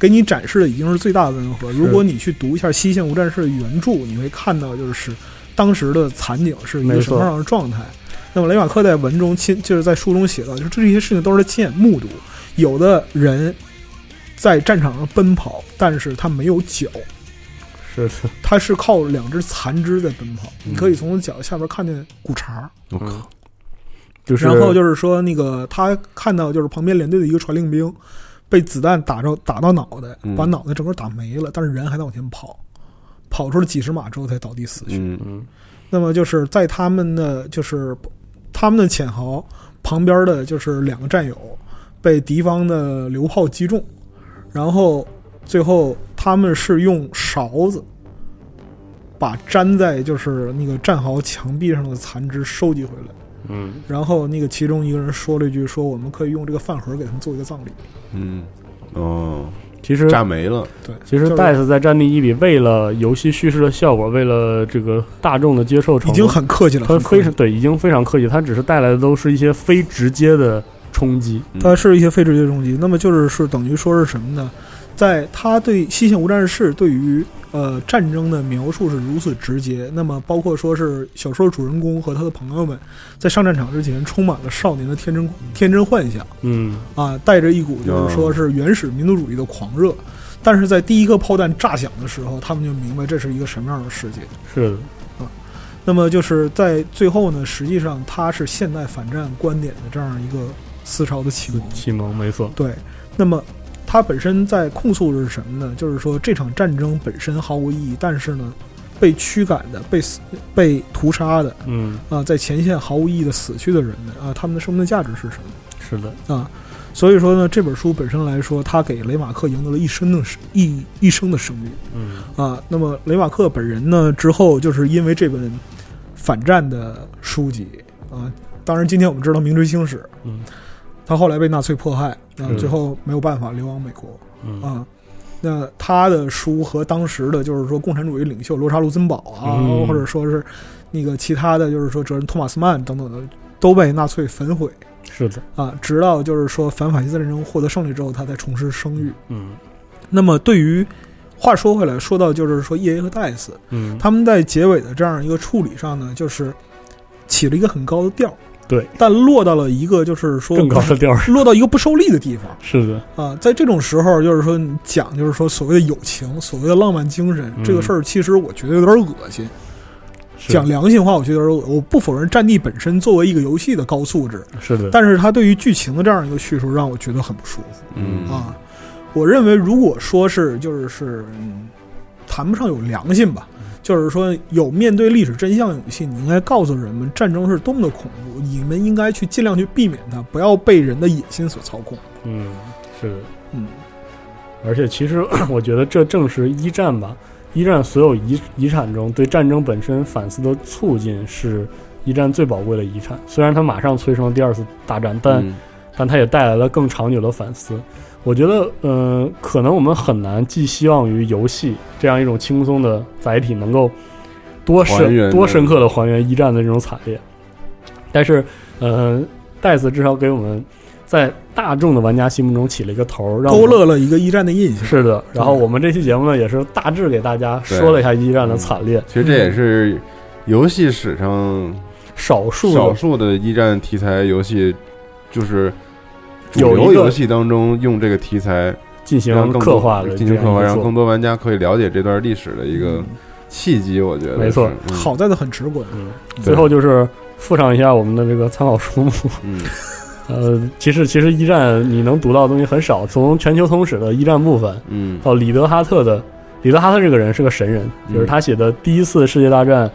I: 给你展示的已经是最大的温和。如果你去读一下《西线无战事》的原著，你会看到就是当时的惨景是一
B: 没
I: 个什
B: 错
I: 么样的状态。那么雷马克在文中亲就是在书中写到，就是这些事情都是他亲眼目睹。有的人在战场上奔跑，但是他没有脚，
B: 是的，
I: 他是靠两只残肢在奔跑。你可以从脚下边看见骨茬儿。
H: 我靠，
B: 就是
I: 然后就是说，那个他看到就是旁边连队的一个传令兵被子弹打着打到脑袋，
H: 嗯
I: 把脑袋整个打没了，但是人还在往前跑，跑出了几十码之后才倒地死去。
H: 嗯
I: 那么就是在他们的就是他们的潜壕旁边的就是两个战友被敌方的流炮击中，然后最后他们是用勺子把粘在就是那个战壕墙壁上的残肢收集回来。
B: 嗯，
I: 然后那个其中一个人说了一句：“说我们可以用这个饭盒给他们做一个葬礼。
H: 嗯，哦，
B: 其实
H: 炸没了，”
I: 对，
B: 其实
I: 就是
B: 戴斯在《战地一》里，为了游戏叙事的效果，为了这个大众的接受程
I: 已
B: 度，
I: 经很客气了，
B: 他
I: 很客
B: 非
I: 气
B: 常对，已经非常客气，他只是带来的都是一些非直接的冲击。
H: 嗯
I: 它是一些非直接冲击。那么就是是等于说是什么呢？在他对《西线无战事》对于呃战争的描述是如此直接，那么包括说是小说主人公和他的朋友们在上战场之前充满了少年的天真天真幻想
B: 嗯，
I: 啊，带着一股就是说是原始民族主义的狂热。但是在第一个炮弹炸响的时候，他们就明白这是一个什么样的世界。
B: 是的，
I: 那么就是在最后呢，实际上它是现代反战观点的这样一个思潮的启蒙。
B: 启蒙没错。
I: 对，那么它本身在控诉的是什么呢？就是说这场战争本身毫无意义，但是呢，被驱赶的、被死、被屠杀的
B: 嗯，
I: 啊、在前线毫无意义的死去的人们啊、他们的生命的价值是什么？
B: 是的，
I: 所以说呢，这本书本身来说，它给雷马克赢得了一生的声一一生的声誉。
B: 嗯
I: 啊，那么雷马克本人呢，之后就是因为这本反战的书籍啊，当然今天我们知道《名垂青史》，
B: 嗯，
I: 他后来被纳粹迫害，啊
B: 是，
I: 最后没有办法流亡美国
B: 嗯
I: 啊。那他的书和当时的就是说共产主义领袖罗查卢森堡啊，
B: 嗯
I: 或者说是那个其他的就是说哲人托马斯曼等等的，都被纳粹焚毁
B: 是的，
I: 啊，直到就是说反法西斯战争获得胜利之后，他才重拾声誉。
B: 嗯
I: 那么对于话说回来，说到就是说 E A 和戴斯，
B: 嗯，
I: 他们在结尾的这样一个处理上呢，就是起了一个很高的调，
B: 对，
I: 但落到了一个就是说
B: 更高的调儿。
I: 落到一个不受力的地方
B: 是的，
I: 啊。在这种时候，就是说你讲就是说所谓的友情，所谓的浪漫精神，
B: 嗯
I: 这个事儿其实我觉得有点恶心。
B: 是
I: 讲良心话，我觉得有点恶我不否认《战地》本身作为一个游戏的高素质，
B: 是的，
I: 但是它对于剧情的这样一个叙述让我觉得很不舒服
H: 嗯
I: 啊。我认为如果说是就是是、嗯谈不上有良心吧，就是说有面对历史真相的勇气，你应该告诉人们战争是多么的恐怖，你们应该去尽量去避免它，不要被人的野心所操控。
B: 嗯，是的，
I: 嗯，
B: 而且其实 我觉得这正是一战吧，一战所有遗遗产中对战争本身反思的促进是一战最宝贵的遗产。虽然它马上催生了第二次大战，但、
H: 嗯
B: 但它也带来了更长久的反思。我觉得，嗯、可能我们很难寄希望于游戏这样一种轻松的载体能够多
H: 还原
B: 深多深刻的还原一战的这种惨烈。但是，呃，戴斯至少给我们在大众的玩家心目中起了一个头儿，让我
I: 勾
B: 们
I: 勒了一个一战的印象。
B: 是的，然后我们这期节目呢，也是大致给大家说了一下一战的惨烈，
H: 其实这也是游戏史上
B: 少数
H: 少
B: 的
H: 数的一战题材游戏，就是主
B: 有一
H: 流
B: 个
H: 游戏当中用这个题材
B: 进行
H: 让更多
B: 刻画的这
H: 进
B: 样一
H: 行
B: 个
H: 刻画，让
B: 作嗯
H: 更多玩家可以了解这段历史的一个契机。我觉得
B: 没错
H: 是，嗯
I: 好在的很直观，
H: 对
B: 最后就是附上一下我们的这个参考书目。
H: 嗯，
B: 呃，其实其实一战你能读到的东西很少，从全球通史的一战部分
H: 嗯
B: 到哦里德哈特的，里德哈特这个人是个神人，
H: 嗯
B: 就是他写的第一次世界大战。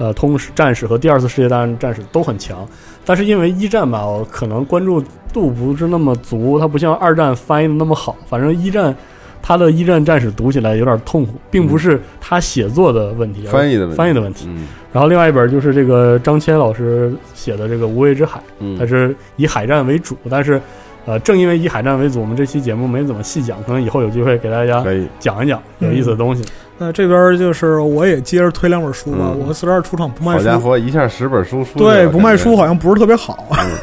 B: 呃，通史战史和第二次世界大战战史都很强，但是因为一战吧，我可能关注度不是那么足，它不像二战翻译的那么好。反正一战，他的一战战史读起来有点痛苦，并不是他写作的问题，
H: 嗯
B: 而是
H: 翻译的问题
B: 翻译的问题。
H: 嗯
B: 然后另外一本就是这个张骞老师写的这个《无畏之海》，它
H: 嗯，
B: 是以海战为主，但是，呃，正因为以海战为主，我们这期节目没怎么细讲，可能以后有机会给大家
H: 可以，
B: 讲一讲有意思的东西。
I: 那这边就是我也接着推两本书吧。
H: 嗯
I: 我和四十二出场不卖
H: 好家
I: 书，
H: 伙，一下十本书书
I: 对，不卖书好
B: 啊
H: 像
I: 像不是特别好。
H: 嗯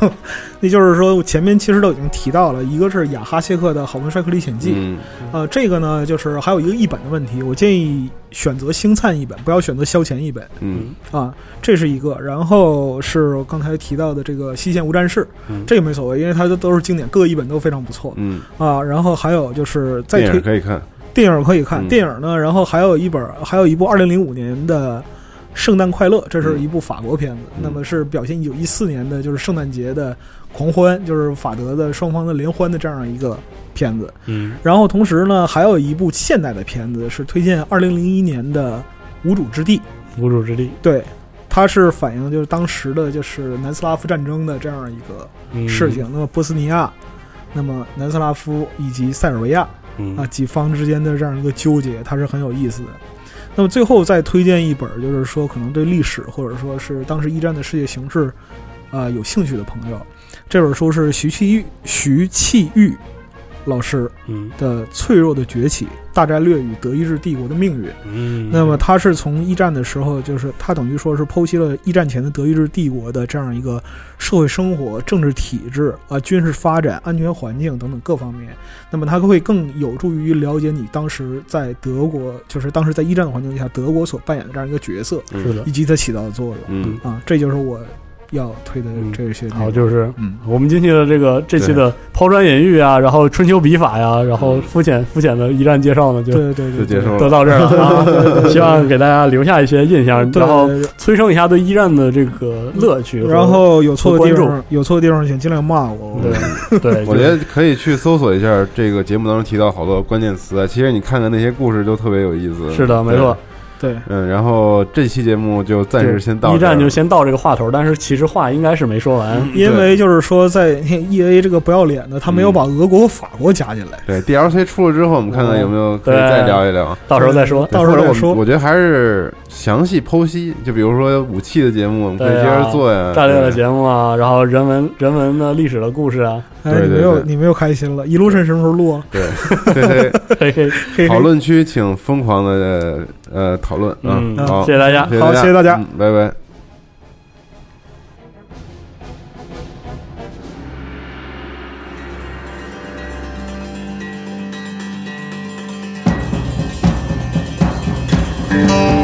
I: 那就是说，前面其实都已经提到了，一个是雅哈谢克的《好文帅克历险记》
H: 嗯
I: 呃，这个呢就是还有一个译本的问题，我建议选择星灿译本，不要选择消遣译本
H: 嗯
I: 啊，这是一个。然后是我刚才提到的这个《西线无战事》
B: 嗯
I: 这个没所谓，因为它都都是经典，各个译本都非常不错
H: 嗯，
I: 啊。然后还有就是再
H: 电
I: 推
H: 影可以看，
I: 电影可以看，
H: 嗯
I: 电影呢，然后还有一本，还有一部二零零五年的《圣诞快乐》，这是一部法国片子，
H: 嗯
I: 那么是表现一九一四年的就是圣诞节的狂欢，就是法德的双方的联欢的这样一个片子。
B: 嗯
I: 然后同时呢，还有一部现代的片子是推荐二零零一年的《无主之地》，
B: 无主之地，
I: 对，它是反映就是当时的就是南斯拉夫战争的这样一个
B: 嗯
I: 事情。，那么波斯尼亚，那么南斯拉夫以及塞尔维亚
B: 嗯
I: 啊几方之间的这样一个纠结，它是很有意思的。那么最后再推荐一本，就是说可能对历史或者说是当时一战的世界形势啊、有兴趣的朋友，这本书是徐弃玉徐弃玉老师
B: 嗯
I: 的脆弱的崛起、大战略与德意志帝国的命运。
B: 嗯，
I: 那么他是从一战的时候，就是他等于说是剖析了一战前的德意志帝国的这样一个社会生活、政治体制啊、军事发展、安全环境等等各方面。那么他会更有助于了解你当时在德国，就是当时在一战的环境下德国所扮演的这样一个角色，
B: 是的，
I: 以及它起到的作用
H: 嗯，
I: 啊。这就是我要推的
B: 嗯
I: 这些内容。
B: 好，就是
I: 嗯，
B: 我们今天的这个这期的抛砖引玉啊，然后春秋笔法
I: 嗯
B: 呀，然后肤浅肤浅的一战介绍呢，就
I: 对对
H: 就
I: 对
H: 结
I: 对。
H: 束
B: 得
H: 了，
B: 到这儿
I: 嗯
B: 了啊，希望给大家留下一些印象，
I: 对
B: 然后
I: 对对
B: 催生一下对一战的这个乐趣和。
I: 然后有错的地
B: 关
I: 方，有错的地方请尽量骂我。
B: 对对，
H: 我觉得可以去搜索一下这个节目当中提到好多关键词啊，其实你看看那些故事都特别有意思。
B: 是的，没错。
I: 对，
H: 对。嗯，然后这期节目就暂时先到
B: 一
H: 这儿
B: 战就先到这个话头，但是其实话应该是没说完。
I: 因为就是说，在 E A 这个不要脸的，他没有
B: 嗯
I: 把俄国和法国加进来。
H: 对 DLC 出了之后，我们看看有没有可以再聊一聊。
B: 哦到时候再说。
I: 到时候
H: 或者
I: 再
H: 我
I: 说
H: 我觉得还是详细剖析，就比如说武器的节目，我们可以
B: 对
H: 接
B: 啊
H: 着做呀。
B: 战略的
H: 目，
B: 节目啊，然后人文人文的历史的故事啊，
I: 哎，
H: 对
I: 你
H: 对
I: 没有，
H: 对
I: 你没有开心了。一路顺什么时候录啊？
H: 对
B: 嘿嘿，
I: 嘿
H: 对，
I: 嘿
H: 讨论区请疯狂的呃讨论啊
B: 嗯，
H: 好，
B: 谢谢大家。
I: 好谢谢大家
H: 嗯拜拜。
E: 「